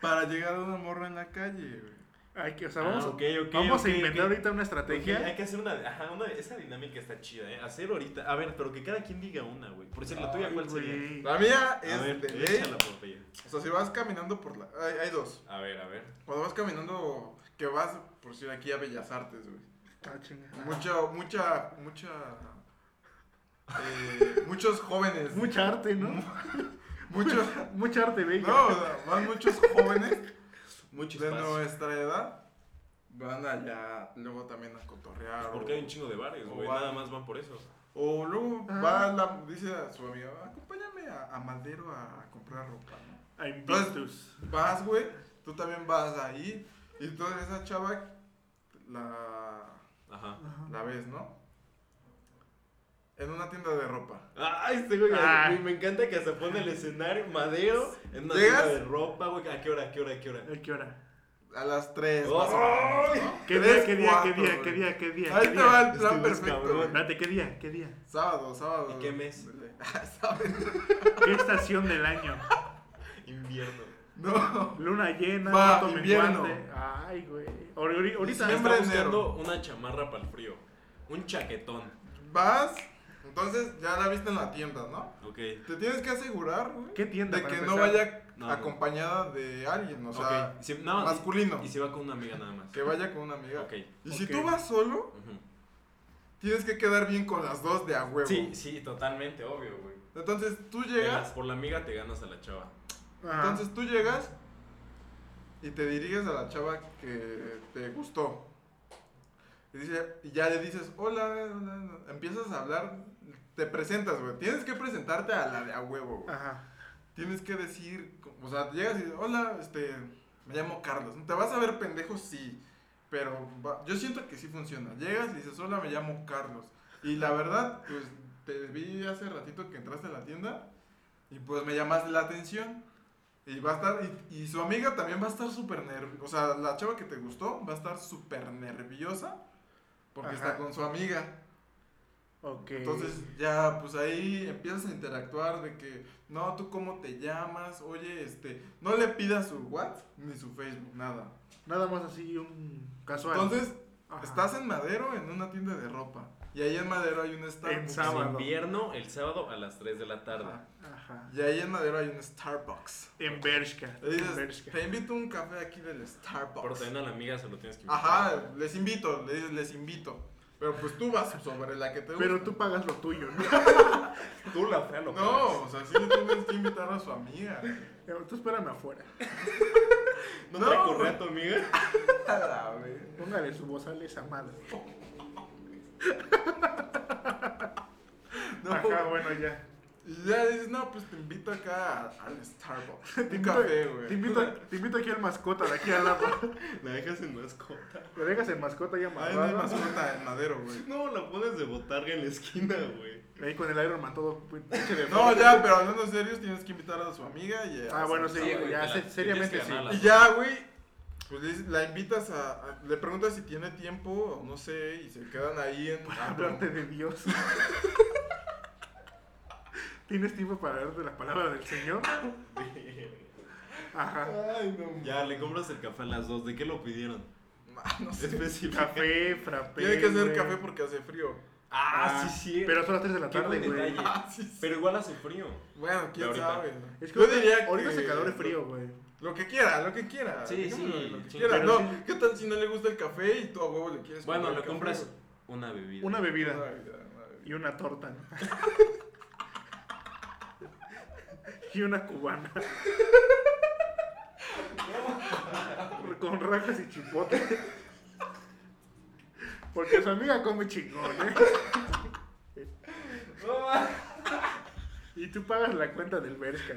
Speaker 2: para llegar a una morra en la calle, güey.
Speaker 3: Hay que, o sea,
Speaker 1: Ah,
Speaker 3: vamos, a-
Speaker 1: ok, ok,
Speaker 3: vamos
Speaker 1: ok,
Speaker 3: a inventar
Speaker 1: ok.
Speaker 3: ahorita una estrategia.
Speaker 1: Ok, hay que hacer una, ajá, una- esa dinámica está chida, ¿eh? Hacer ahorita, a ver, pero que cada quien diga una, güey. Por cierto, la tuya,
Speaker 3: Ay,
Speaker 1: ¿cuál
Speaker 3: güey.
Speaker 1: sería? Ah,
Speaker 2: La mía
Speaker 1: A
Speaker 2: es
Speaker 1: ver,
Speaker 2: de ley.
Speaker 1: échala, por favor.
Speaker 2: O sea, si vas caminando por la... Hay, hay dos.
Speaker 1: A ver, a ver.
Speaker 2: Cuando vas caminando, que vas, por si aquí a Bellas Artes, güey.
Speaker 3: Ah, chinga.
Speaker 2: Mucha, mucha, mucha... eh, muchos jóvenes.
Speaker 3: Mucha arte, ¿no?
Speaker 2: Muchos...
Speaker 3: Mucha arte bella.
Speaker 2: No, o sea, van muchos jóvenes
Speaker 1: Mucho
Speaker 2: de
Speaker 1: espacio.
Speaker 2: nuestra edad. Van allá, luego también a cotorrear. o-
Speaker 1: Porque hay un chingo de bares,
Speaker 2: O
Speaker 1: güey.
Speaker 2: bar.
Speaker 1: Nada más van por eso.
Speaker 2: O luego
Speaker 3: Ah.
Speaker 2: va la, dice a su amiga, acompáñame a, a Madero a, a comprar ropa, ¿no?
Speaker 3: A Invictus.
Speaker 2: Vas, güey, tú también vas ahí. Y toda esa chava la,
Speaker 1: Ajá.
Speaker 3: Ajá.
Speaker 2: la ves, ¿no? En una tienda de ropa.
Speaker 1: Ah, este güey,
Speaker 3: Ah.
Speaker 1: güey, me encanta que se pone el escenario, madero, en una
Speaker 2: ¿Llegas?
Speaker 1: tienda de ropa, güey. ¿A qué hora, a qué hora, a qué hora?
Speaker 3: ¿A qué hora?
Speaker 2: A las 3.
Speaker 1: Oh.
Speaker 3: ¿Qué día,
Speaker 2: Tres,
Speaker 3: qué día, qué
Speaker 2: cuatro,
Speaker 3: día,
Speaker 2: güey.
Speaker 3: qué día, qué día?
Speaker 2: Ahí
Speaker 3: qué
Speaker 2: te
Speaker 3: día?
Speaker 2: va el plan
Speaker 1: Este güey es
Speaker 2: perfecto.
Speaker 1: cabrón.
Speaker 2: güey.
Speaker 3: Espérate, ¿qué día? ¿Qué día?
Speaker 2: Sábado, sábado.
Speaker 1: ¿Y qué mes?
Speaker 2: Sábado.
Speaker 3: ¿Qué estación del año?
Speaker 1: Invierno.
Speaker 2: No.
Speaker 3: Luna llena,
Speaker 2: Va,
Speaker 3: gato
Speaker 2: invierno.
Speaker 3: menguante. Ay, güey. Ahori- ahori- Ahorita.
Speaker 2: Diciembre.
Speaker 1: Está
Speaker 2: enero.
Speaker 1: buscando una chamarra para el frío. Un chaquetón.
Speaker 2: Vas, entonces ya la viste en la tienda, ¿no?
Speaker 1: Ok.
Speaker 2: Te tienes que asegurar, güey.
Speaker 3: ¿Qué tienda?
Speaker 2: De
Speaker 3: para
Speaker 2: que no
Speaker 3: empezar?
Speaker 2: vaya
Speaker 1: No, no.
Speaker 2: acompañada de alguien, o sea,
Speaker 1: ok. Si- nada más-
Speaker 2: masculino.
Speaker 1: Y se va con una amiga nada más.
Speaker 2: Que vaya con una amiga.
Speaker 1: Ok.
Speaker 2: Y si
Speaker 3: Ok.
Speaker 2: tú vas solo,
Speaker 1: Ujú.
Speaker 2: tienes que quedar bien con las dos de a huevo.
Speaker 1: Sí, sí, totalmente, obvio, güey.
Speaker 2: Entonces tú
Speaker 1: Te
Speaker 2: llegas,
Speaker 1: ganas- Por la amiga te ganas a la chava.
Speaker 3: Ajá.
Speaker 2: entonces tú llegas y te diriges a la chava que te gustó. Y, dice- y ya le dices, hola, hola, hola". empiezas a hablar, te presentas, güey. Tienes que presentarte a la de a huevo, güey.
Speaker 3: Ajá.
Speaker 2: Tienes que decir, o sea, llegas y dices, hola, este, me llamo Carlos. Te vas a ver pendejo, sí, pero va- yo siento que sí funciona. Llegas y dices, hola, me llamo Carlos. Y la verdad, pues te vi hace ratito que entraste a la tienda y pues me llamaste la atención. Y va a estar, y, y su amiga también va a estar súper nerviosa, o sea, la chava que te gustó va a estar súper nerviosa porque
Speaker 3: Ajá.
Speaker 2: está con su amiga.
Speaker 3: Ok.
Speaker 2: Entonces ya, pues ahí empiezas a interactuar de que, no, tú cómo te llamas, oye, este, no le pidas su WhatsApp ni su Facebook, nada.
Speaker 3: Nada más así un casual.
Speaker 2: Entonces,
Speaker 3: Ajá.
Speaker 2: estás en Madero en una tienda de ropa. Y ahí en Madero hay un
Speaker 3: En
Speaker 2: Starbucks.
Speaker 3: Sábado.
Speaker 1: Es invierno el sábado a las 3 de la tarde.
Speaker 2: Ajá.
Speaker 3: Ajá.
Speaker 2: Y ahí en Madero hay un Starbucks.
Speaker 3: En Bershka.
Speaker 2: Le
Speaker 3: En
Speaker 2: dices,
Speaker 3: Bershka.
Speaker 2: te invito a un café aquí del
Speaker 1: Pero
Speaker 2: Starbucks.
Speaker 1: también a la amiga se lo tienes que invitar.
Speaker 2: Ajá, les invito, le dices, les invito. Pero pues tú vas sobre la que te gusta.
Speaker 3: Pero tú pagas lo tuyo, ¿no?
Speaker 1: Tú la fea lo pagas.
Speaker 2: No, o sea, sí le tienes que invitar a su amiga.
Speaker 3: Tú espérame afuera.
Speaker 1: ¿No,
Speaker 2: No,
Speaker 1: te corre
Speaker 2: güey.
Speaker 1: a tu amiga?
Speaker 2: A la vez.
Speaker 3: Póngale su voz a esa madre.
Speaker 2: No,
Speaker 3: Ajá, bueno, ya.
Speaker 2: Y ya dices, no, pues te invito acá a- al Starbucks.
Speaker 3: Te
Speaker 2: Un
Speaker 3: invito,
Speaker 2: café,
Speaker 3: te,
Speaker 2: güey.
Speaker 3: invito, te invito aquí al mascota de aquí al lado.
Speaker 1: La dejas en mascota.
Speaker 3: Lo dejas en mascota ya
Speaker 2: Ahí no hay
Speaker 3: amarrado.
Speaker 2: mascota en madero, güey.
Speaker 1: No, la pones de botarga en la esquina, güey.
Speaker 3: Ahí con el Iron Man todo pinche de
Speaker 2: No, ya, pero hablando serios, tienes que invitar a su amiga y a
Speaker 3: Ah, bueno,
Speaker 2: su
Speaker 3: sí,
Speaker 2: chava.
Speaker 3: güey, ya,
Speaker 1: te
Speaker 3: se-
Speaker 1: te
Speaker 3: seriamente
Speaker 1: tienes que
Speaker 3: sí.
Speaker 1: ganar la
Speaker 2: Y
Speaker 1: dos.
Speaker 2: ya, güey, Pues le- la invitas a, a- Le preguntas si tiene tiempo o no sé, y se quedan ahí en. ah,
Speaker 3: Para hablarte de Dios. ¿Tienes tiempo para hablar de la palabra del Señor? Ajá.
Speaker 2: Ay, no.
Speaker 1: Ya, le compras el café a las dos. ¿De qué lo pidieron?
Speaker 2: ma- No sé.
Speaker 1: Específico.
Speaker 3: Café, frappé.
Speaker 2: Tiene que ser
Speaker 3: güey.
Speaker 2: café porque hace frío.
Speaker 1: Ah, sí, sí.
Speaker 3: Pero son las 3 de la
Speaker 1: Qué
Speaker 3: tarde,
Speaker 1: buen
Speaker 3: güey.
Speaker 1: detalle.
Speaker 2: Ah, sí, sí.
Speaker 1: Pero igual hace frío.
Speaker 2: Bueno, quién
Speaker 1: ahorita.
Speaker 2: sabe.
Speaker 3: Es que
Speaker 2: Yo
Speaker 3: ahorita-
Speaker 2: diría
Speaker 3: ahorita
Speaker 2: que-
Speaker 3: hace calor y frío, güey.
Speaker 2: Lo que quiera, lo que quiera.
Speaker 1: Sí,
Speaker 2: Digámoslo,
Speaker 1: sí,
Speaker 2: Lo que
Speaker 1: sí,
Speaker 2: quiera.
Speaker 3: pero
Speaker 2: No,
Speaker 3: sí.
Speaker 2: ¿qué tal si no le gusta el café y tú a huevo le quieres
Speaker 1: Bueno,
Speaker 2: comprar
Speaker 1: le
Speaker 2: el café,
Speaker 1: compras
Speaker 2: güey?
Speaker 1: una bebida.
Speaker 3: Una
Speaker 2: Una
Speaker 3: bebida
Speaker 2: bebida, una bebida.
Speaker 3: y una torta. ¿no? y una cubana. Con rajas y chipote. Porque su amiga come chingón, ¿eh? Y tú pagas la cuenta del Bershka.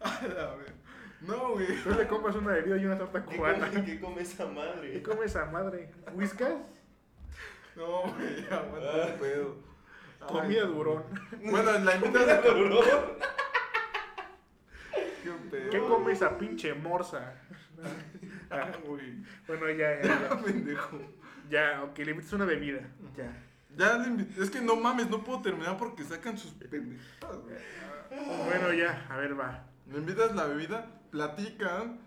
Speaker 2: A la ver- No, güey.
Speaker 3: Tú le compras una bebida y una torta cubana.
Speaker 1: come esa
Speaker 3: ¿Qué
Speaker 1: madre?
Speaker 3: come esa madre? ¿Whiskas?
Speaker 2: No, güey, ya, aguanta el pedo. Ay,
Speaker 3: Comida durón.
Speaker 2: Bueno, la invitas a Qué pedo.
Speaker 3: ¿Qué come esa pinche morsa? Ah,
Speaker 2: Uy,
Speaker 3: bueno, ya, ya,
Speaker 2: pendejo.
Speaker 3: ya. Ya, ok, le invitas una bebida. Ya.
Speaker 2: Ya le invité. Es que no mames, no puedo terminar porque sacan sus pendejadas, güey.
Speaker 3: Bueno, ya, a ver, va.
Speaker 2: Le invitas la bebida, platican.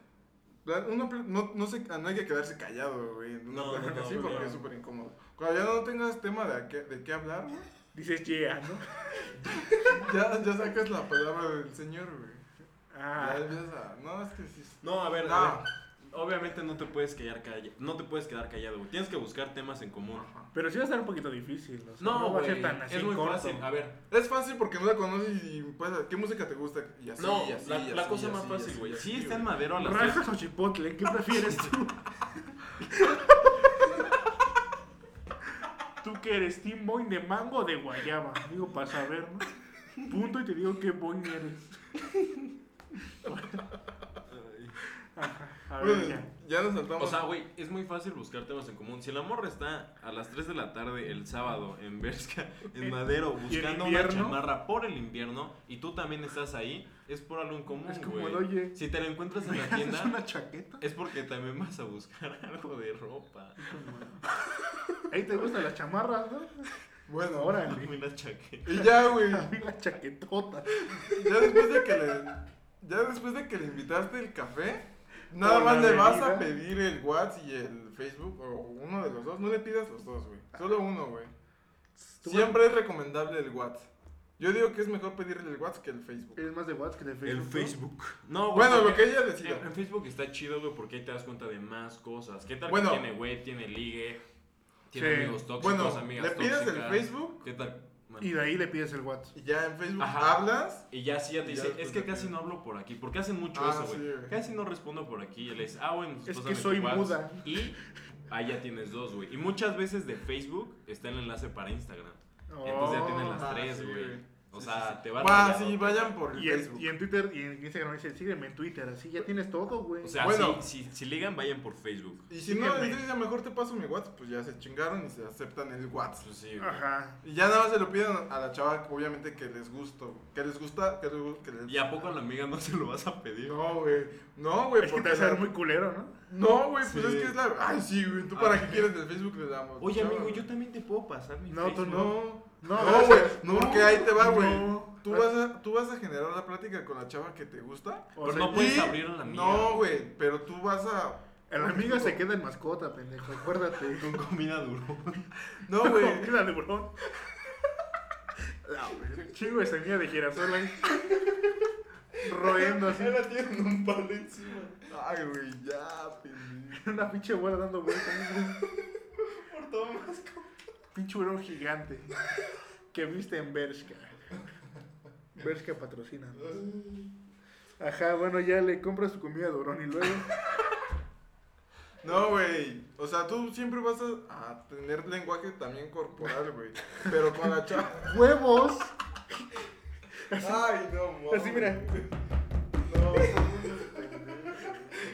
Speaker 2: Pla- Uno, pl- no, no, se, no hay que quedarse callado, güey. en una
Speaker 1: No,
Speaker 2: plática
Speaker 1: no, no,
Speaker 2: así
Speaker 1: no,
Speaker 2: porque
Speaker 1: no.
Speaker 2: es súper incómodo. Cuando ya no tengas tema de, a qué, de qué hablar, güey,
Speaker 3: Dices, yeah, ¿no?
Speaker 2: ya, ya sacas la palabra del señor, güey.
Speaker 3: Ah,
Speaker 2: Ya empiezas a. No, es que sí.
Speaker 1: No, a ver, a
Speaker 2: No.
Speaker 1: ver. Obviamente no te puedes quedar callado. No te puedes quedar callado, güey. Tienes que buscar temas en común.
Speaker 3: pero sí va a estar un poquito difícil. o sea,
Speaker 1: No,
Speaker 3: va a
Speaker 1: güey.
Speaker 3: ser tan así
Speaker 1: es muy
Speaker 3: corto.
Speaker 1: fácil. A ver,
Speaker 2: Es fácil porque no la conoces y pues, ¿qué música te gusta? Y así,
Speaker 1: no,
Speaker 2: y así,
Speaker 1: la,
Speaker 2: y
Speaker 1: la
Speaker 2: así,
Speaker 1: cosa
Speaker 2: y
Speaker 1: más
Speaker 2: así, y
Speaker 1: fácil,
Speaker 2: así,
Speaker 1: güey.
Speaker 2: y
Speaker 1: Sí
Speaker 2: así,
Speaker 1: está en
Speaker 2: güey.
Speaker 1: madero a las tres.
Speaker 3: ¿Rajas o chipotle? ¿Qué prefieres tú? ¿Tú que eres team boing de mango o de guayaba? Digo, para saber, ¿no? Punto y te digo qué boing eres. Ajá, a ver,
Speaker 2: Bueno,
Speaker 3: ya.
Speaker 2: ya nos saltamos.
Speaker 1: O sea, güey, es muy fácil buscar temas en común. Si la morra está a las 3 de la tarde el sábado en Berska, en
Speaker 3: Eh,
Speaker 1: Madero,
Speaker 3: en
Speaker 1: buscando una
Speaker 3: invierno.
Speaker 1: chamarra por el invierno y tú también estás ahí, es por algo en común,
Speaker 3: Es como,
Speaker 1: güey.
Speaker 3: oye,
Speaker 1: Si te la encuentras en
Speaker 3: ¿me
Speaker 1: la
Speaker 3: haces
Speaker 1: tienda,
Speaker 3: una chaqueta?
Speaker 1: es porque también vas a buscar algo de ropa.
Speaker 3: Ahí te gustan las chamarras, ¿no?
Speaker 2: bueno, ahora.
Speaker 3: Órale.
Speaker 1: Dame la chaqueta.
Speaker 2: Y ya, güey.
Speaker 3: A mí la chaquetota.
Speaker 2: Ya después de que le. Ya después de que le invitaste el café, nada
Speaker 3: O
Speaker 2: más
Speaker 3: la
Speaker 2: le vas a
Speaker 3: bebida.
Speaker 2: pedir el WhatsApp y el Facebook o uno de los dos. No le pidas los dos, güey. Solo uno, güey. Siempre es recomendable el WhatsApp. Yo digo que es mejor pedirle el WhatsApp que el Facebook.
Speaker 3: Es más de WhatsApp que de Facebook.
Speaker 1: El
Speaker 3: ¿no?
Speaker 1: Facebook. Eh, No, güey,
Speaker 2: Bueno, lo
Speaker 1: porque
Speaker 2: que ella
Speaker 1: en-
Speaker 2: decida.
Speaker 1: En Facebook está chido, güey, porque ahí te das cuenta de más cosas. ¿Qué tal
Speaker 2: Bueno.
Speaker 1: que tiene güey, tiene ligue, tiene
Speaker 3: Sí.
Speaker 1: amigos tóxicos,
Speaker 2: Bueno,
Speaker 1: amigas
Speaker 2: le pides el
Speaker 1: tóxicas?
Speaker 2: Facebook
Speaker 1: ¿Qué tal? Bueno.
Speaker 3: Y de ahí le pides el WhatsApp.
Speaker 2: y ya en Facebook
Speaker 1: Ajá.
Speaker 2: hablas.
Speaker 1: Y ya sí, ya te
Speaker 2: Y ya
Speaker 1: dice,
Speaker 2: después
Speaker 1: es que
Speaker 2: ya te-
Speaker 1: casi no hablo por aquí, porque hacen mucho
Speaker 2: Ah,
Speaker 1: eso,
Speaker 2: sí,
Speaker 1: güey.
Speaker 2: güey.
Speaker 1: Casi no respondo por aquí. Y le dices, ah, bueno,
Speaker 3: Es
Speaker 1: pues
Speaker 3: que
Speaker 1: pásame tu
Speaker 3: soy
Speaker 1: WhatsApp.
Speaker 3: muda.
Speaker 1: Y ahí ya tienes dos, güey. Y muchas veces de Facebook está el enlace para Instagram. Entonces ya tienen las
Speaker 2: ah,
Speaker 1: tres,
Speaker 2: sí,
Speaker 1: güey.
Speaker 2: güey.
Speaker 1: O
Speaker 2: Sí,
Speaker 1: sea,
Speaker 2: sí, sí.
Speaker 1: te va
Speaker 2: Va,
Speaker 1: rayando,
Speaker 2: sí,
Speaker 1: güey.
Speaker 2: vayan por el
Speaker 3: Oh. Y en,
Speaker 2: Facebook.
Speaker 3: y en Twitter y en Instagram dicen, sígueme en Twitter, así ya tienes todo, güey.
Speaker 1: O sea,
Speaker 2: Bueno.
Speaker 1: si, si, si ligan, vayan por Facebook.
Speaker 2: Y si no,
Speaker 3: Sígueme.
Speaker 2: entonces ya mejor te paso mi WhatsApp, pues ya se chingaron y se aceptan el WhatsApp.
Speaker 1: Pues sí, güey.
Speaker 3: Ajá.
Speaker 2: Y ya nada más se lo piden a la chava, obviamente que les gusto, que les gusta, que les gusta, que les
Speaker 1: ¿Y a poco a la amiga no se lo vas a pedir?
Speaker 2: No, güey. No, güey,
Speaker 3: es que
Speaker 2: porque
Speaker 3: te vas a ver
Speaker 2: la-
Speaker 3: muy culero, ¿no?
Speaker 2: No, güey,
Speaker 1: Sí.
Speaker 2: pues es que es la Ay, sí, güey, tú
Speaker 1: Ah.
Speaker 2: para qué quieres el Facebook le damos.
Speaker 1: Oye,
Speaker 2: Chava,
Speaker 1: amigo,
Speaker 2: güey.
Speaker 1: yo también te puedo pasar mi
Speaker 3: No, tú
Speaker 1: Facebook.
Speaker 2: No.
Speaker 3: No,
Speaker 2: No,
Speaker 3: gracias.
Speaker 2: güey, no, porque ahí te va,
Speaker 3: no. Ah.
Speaker 2: güey. Tú vas a tú vas a generar la plática con la chava que te gusta.
Speaker 3: O
Speaker 1: Pero
Speaker 3: sea,
Speaker 1: no puedes
Speaker 2: y-
Speaker 1: abrir a la amiga.
Speaker 2: No, güey, pero tú vas a
Speaker 3: El amigo se queda en mascota, pendejo, acuérdate.
Speaker 1: Con comida duro.
Speaker 2: No, güey.
Speaker 3: Mira, Lebrón. Chingo de semilla de girasol ahí. Roendo así.
Speaker 1: la tienen un palo encima.
Speaker 2: Ay, güey, ya, pendejo.
Speaker 3: Una pinche bola dando vueltas.
Speaker 1: Por todo más
Speaker 3: Pinche hurón gigante. Que viste en Bershka. Bershka patrocina. Ajá, bueno, ya le compras tu comida a Durón y luego.
Speaker 2: No, güey. O sea, tú siempre vas a, a tener lenguaje también corporal, güey. Pero con la chava.
Speaker 3: ¡Huevos!
Speaker 2: Ay, no, mames.
Speaker 3: Así, mira.
Speaker 2: No.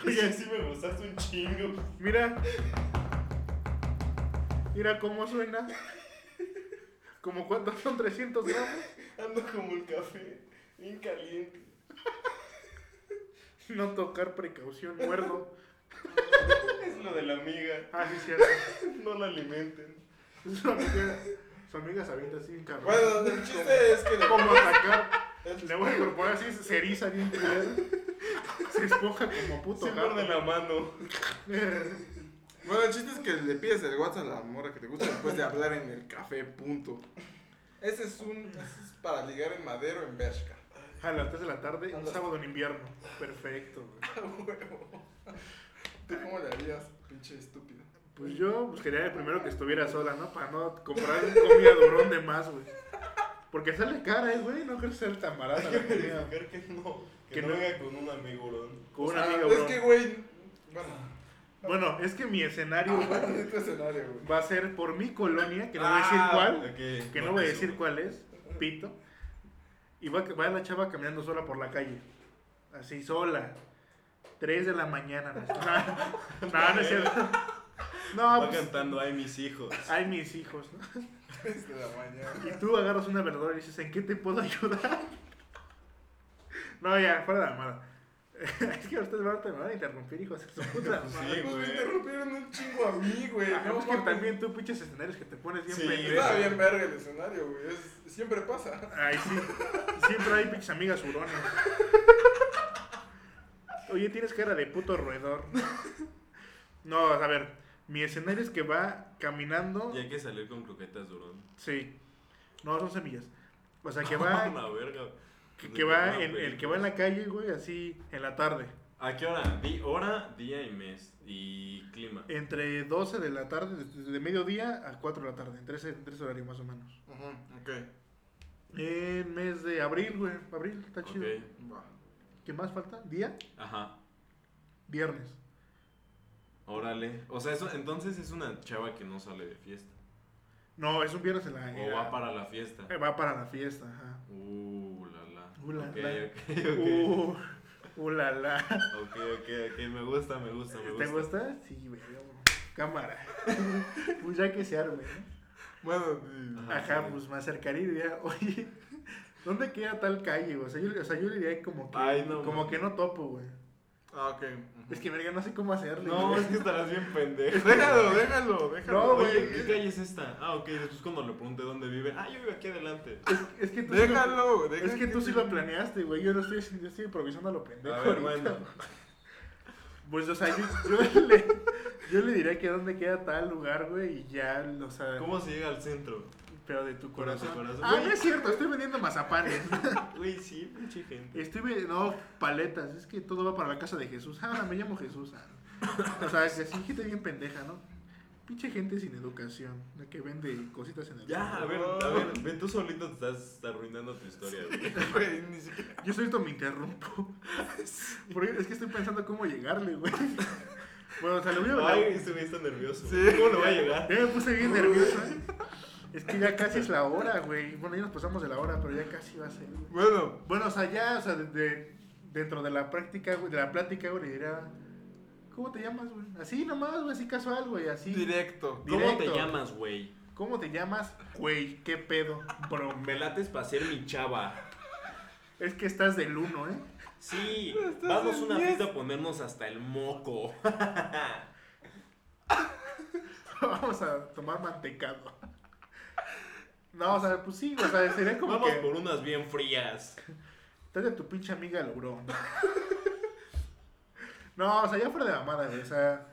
Speaker 3: Oye,
Speaker 1: sí me gustaste un chingo.
Speaker 3: Mira. Mira cómo suena. Como cuántos son 300 gramos.
Speaker 1: Ando como el café, bien caliente.
Speaker 3: No tocar precaución, muerdo.
Speaker 4: Es lo de la amiga.
Speaker 3: Ah, sí, cierto.
Speaker 4: No la alimenten.
Speaker 3: Su amiga, su amiga se avienta así, cabrón.
Speaker 2: Bueno, el chiste es que le-
Speaker 3: como atacar.
Speaker 2: el-
Speaker 3: Le voy a incorporar así, se eriza bien culero. Se esponja como puto
Speaker 4: Se
Speaker 3: gato.
Speaker 4: muerde la mano.
Speaker 2: bueno, el chiste es que le pides el WhatsApp a la morra que te gusta después de hablar en el café, punto. Ese es un. Ese es para ligar en madero en Bershka.
Speaker 3: A las 3 de la tarde, un sábado en invierno. Perfecto, güey.
Speaker 2: ¿Tú cómo le harías, pinche estúpido?
Speaker 3: Pues yo buscaría el primero que estuviera sola, ¿no? Para no comprar comida durón de más, güey. Porque sale cara, eh, güey. No creo ser tan barata la comida.
Speaker 4: Verificar que no. Que,
Speaker 3: Que
Speaker 4: no
Speaker 3: no.
Speaker 4: venga con un amigurón.
Speaker 3: Con
Speaker 2: O
Speaker 3: una
Speaker 2: sea,
Speaker 3: amiga,
Speaker 2: Ah, Es
Speaker 3: bro.
Speaker 2: que, güey. Bueno,
Speaker 3: Bueno, es que mi escenario,
Speaker 2: ahora
Speaker 3: güey,
Speaker 2: es tu escenario, güey.
Speaker 3: va a ser por mi colonia, que no
Speaker 2: Ah,
Speaker 3: voy a decir cuál.
Speaker 4: Ok,
Speaker 3: Ah, que no voy a
Speaker 4: te
Speaker 3: decir
Speaker 4: subo.
Speaker 3: cuál es, pito, y va, va la chava caminando sola por la calle, así sola, 3 de la mañana, no, no, no, no es cierto. No,
Speaker 4: Va
Speaker 3: pues,
Speaker 4: cantando ay mis hijos.
Speaker 3: ay mis hijos, ¿no?
Speaker 2: Tres este de la mañana. Ah,
Speaker 3: y tú agarras una verdadera y dices, ¿en qué te puedo ayudar? No, ya, fuera de la mala. es que ustedes van a- te van a interrumpir, hijos de su puta
Speaker 4: Pues
Speaker 3: madre.
Speaker 4: Sí,
Speaker 2: Pues me
Speaker 4: güey.
Speaker 2: interrumpieron un chingo a mí, güey.
Speaker 3: Ajá,
Speaker 2: No,
Speaker 3: es que
Speaker 2: mames.
Speaker 3: también tú pinches escenarios que te pones bien
Speaker 4: Sí,
Speaker 3: pendejo.
Speaker 2: Está bien verga el escenario, güey. es- siempre pasa.
Speaker 3: Ay, sí. Siempre hay pinches amigas hurones. Oye, tienes cara de puto roedor. No, a ver. Mi escenario es que va caminando.
Speaker 4: Y hay que salir con croquetas durón.
Speaker 3: Sí. No, son semillas. O sea, que va,
Speaker 4: Una verga.
Speaker 3: que, que va en, el que va en la calle, güey, así en la tarde.
Speaker 4: ¿A qué hora? Di hora, día y mes. Y clima.
Speaker 3: Entre 12 de la tarde, desde de mediodía a 4 de la tarde. En tres, en tres horarios más o menos.
Speaker 2: Ajá, ok.
Speaker 3: En mes de abril, güey. Abril, está
Speaker 4: Ok.
Speaker 3: chido.
Speaker 2: Va.
Speaker 3: ¿Qué más falta? ¿Día?
Speaker 4: Ajá.
Speaker 3: Viernes.
Speaker 4: Órale. O sea, eso, entonces es una chava que no sale de fiesta.
Speaker 3: No, es un viernes en la... en
Speaker 4: O
Speaker 3: la-
Speaker 4: va para la fiesta.
Speaker 3: Eh, Va para la fiesta, ajá.
Speaker 4: Uh, la la.
Speaker 3: Uh, la,
Speaker 4: ok,
Speaker 3: la.
Speaker 4: ok, ok.
Speaker 3: Uh, uh, la, la.
Speaker 4: Ok, ok, ok. Me gusta, me gusta, me gusta.
Speaker 3: ¿Te gusta? Sí, güey. Cámara. pues ya que se arme, ¿no?
Speaker 2: Bueno, y-
Speaker 4: Ajá,
Speaker 3: Ajá,
Speaker 4: sí.
Speaker 3: pues me acercaría y diría, oye, ¿dónde queda tal calle? güey? O sea, yo, o sea, yo le diría como que,
Speaker 4: Ay, no,
Speaker 3: como
Speaker 4: güey.
Speaker 3: que no topo, güey.
Speaker 2: Ah, ok.
Speaker 3: Es que, verga, no sé cómo hacerle.
Speaker 4: No,
Speaker 3: güey.
Speaker 4: es que estarás bien pendejo.
Speaker 2: Déjalo, déjalo, déjalo.
Speaker 3: No, güey.
Speaker 4: Oye, ¿qué calle es esta? Ah, ok. Después cuando le pregunte dónde vive. Ah, yo vivo aquí adelante.
Speaker 3: Es, es que tú sí lo-
Speaker 2: Déjalo, déjalo.
Speaker 3: Es que tú sí lo planeaste, güey. Yo no estoy, haciendo- yo estoy improvisando a lo pendejo.
Speaker 4: A ver,
Speaker 3: ahorita,
Speaker 4: bueno.
Speaker 3: güey. Pues, o sea, yo, yo le, yo le diría que dónde queda tal lugar, güey, y ya, o sea...
Speaker 4: ¿Cómo se llega al centro?
Speaker 3: Pero de tu
Speaker 4: Pero de tu
Speaker 3: corazón.
Speaker 4: corazón.
Speaker 3: Ah,
Speaker 4: Güey.
Speaker 3: no es cierto, estoy vendiendo mazapanes.
Speaker 4: Güey, sí, pinche gente.
Speaker 3: Estoy vendiendo paletas, es que todo va para la casa de Jesús. Ah, me llamo Jesús. Ah. O sea, es así gente bien pendeja, ¿no? Pinche gente sin educación, la que vende cositas en el
Speaker 4: Ya, a
Speaker 3: centro.
Speaker 4: ver, a ver. Ve, tú solito te estás arruinando tu historia, güey.
Speaker 2: Güey, ni siquiera.
Speaker 3: Yo solito me interrumpo. Porque es que estoy pensando cómo llegarle, güey. Bueno, o sea, le voy a hablar.
Speaker 4: Ay, ese güey está nervioso.
Speaker 2: Sí.
Speaker 4: güey. ¿Cómo lo va a llegar?
Speaker 3: Ya me puse bien nervioso. ¿eh? Es que ya casi es la hora, güey. Bueno, ya nos pasamos de la hora, pero ya casi va a ser.
Speaker 2: Bueno,
Speaker 3: Bueno, o sea, ya, o sea, de- de- dentro de la práctica, güey, de la plática, güey, era, ¿cómo te llamas, güey? Así nomás, güey, así casual, güey, así.
Speaker 2: directo.
Speaker 1: ¿Cómo te
Speaker 3: Directo.
Speaker 1: llamas, güey?
Speaker 3: ¿Cómo te llamas, güey? ¿Qué pedo, bro?
Speaker 1: Me lates para ser mi chava.
Speaker 3: Es que estás del uno, ¿eh?
Speaker 1: Sí,
Speaker 2: Estás
Speaker 1: vamos a
Speaker 2: en
Speaker 1: una
Speaker 2: diez.
Speaker 1: fiesta a ponernos hasta el moco.
Speaker 3: Vamos a tomar mantecado. No, o sea, pues sí, o sea, sería como
Speaker 1: Vamos
Speaker 3: que...
Speaker 1: por unas bien frías.
Speaker 3: Trae a tu pinche amiga logró. No, o sea, ya fuera de mamada, güey, o sea...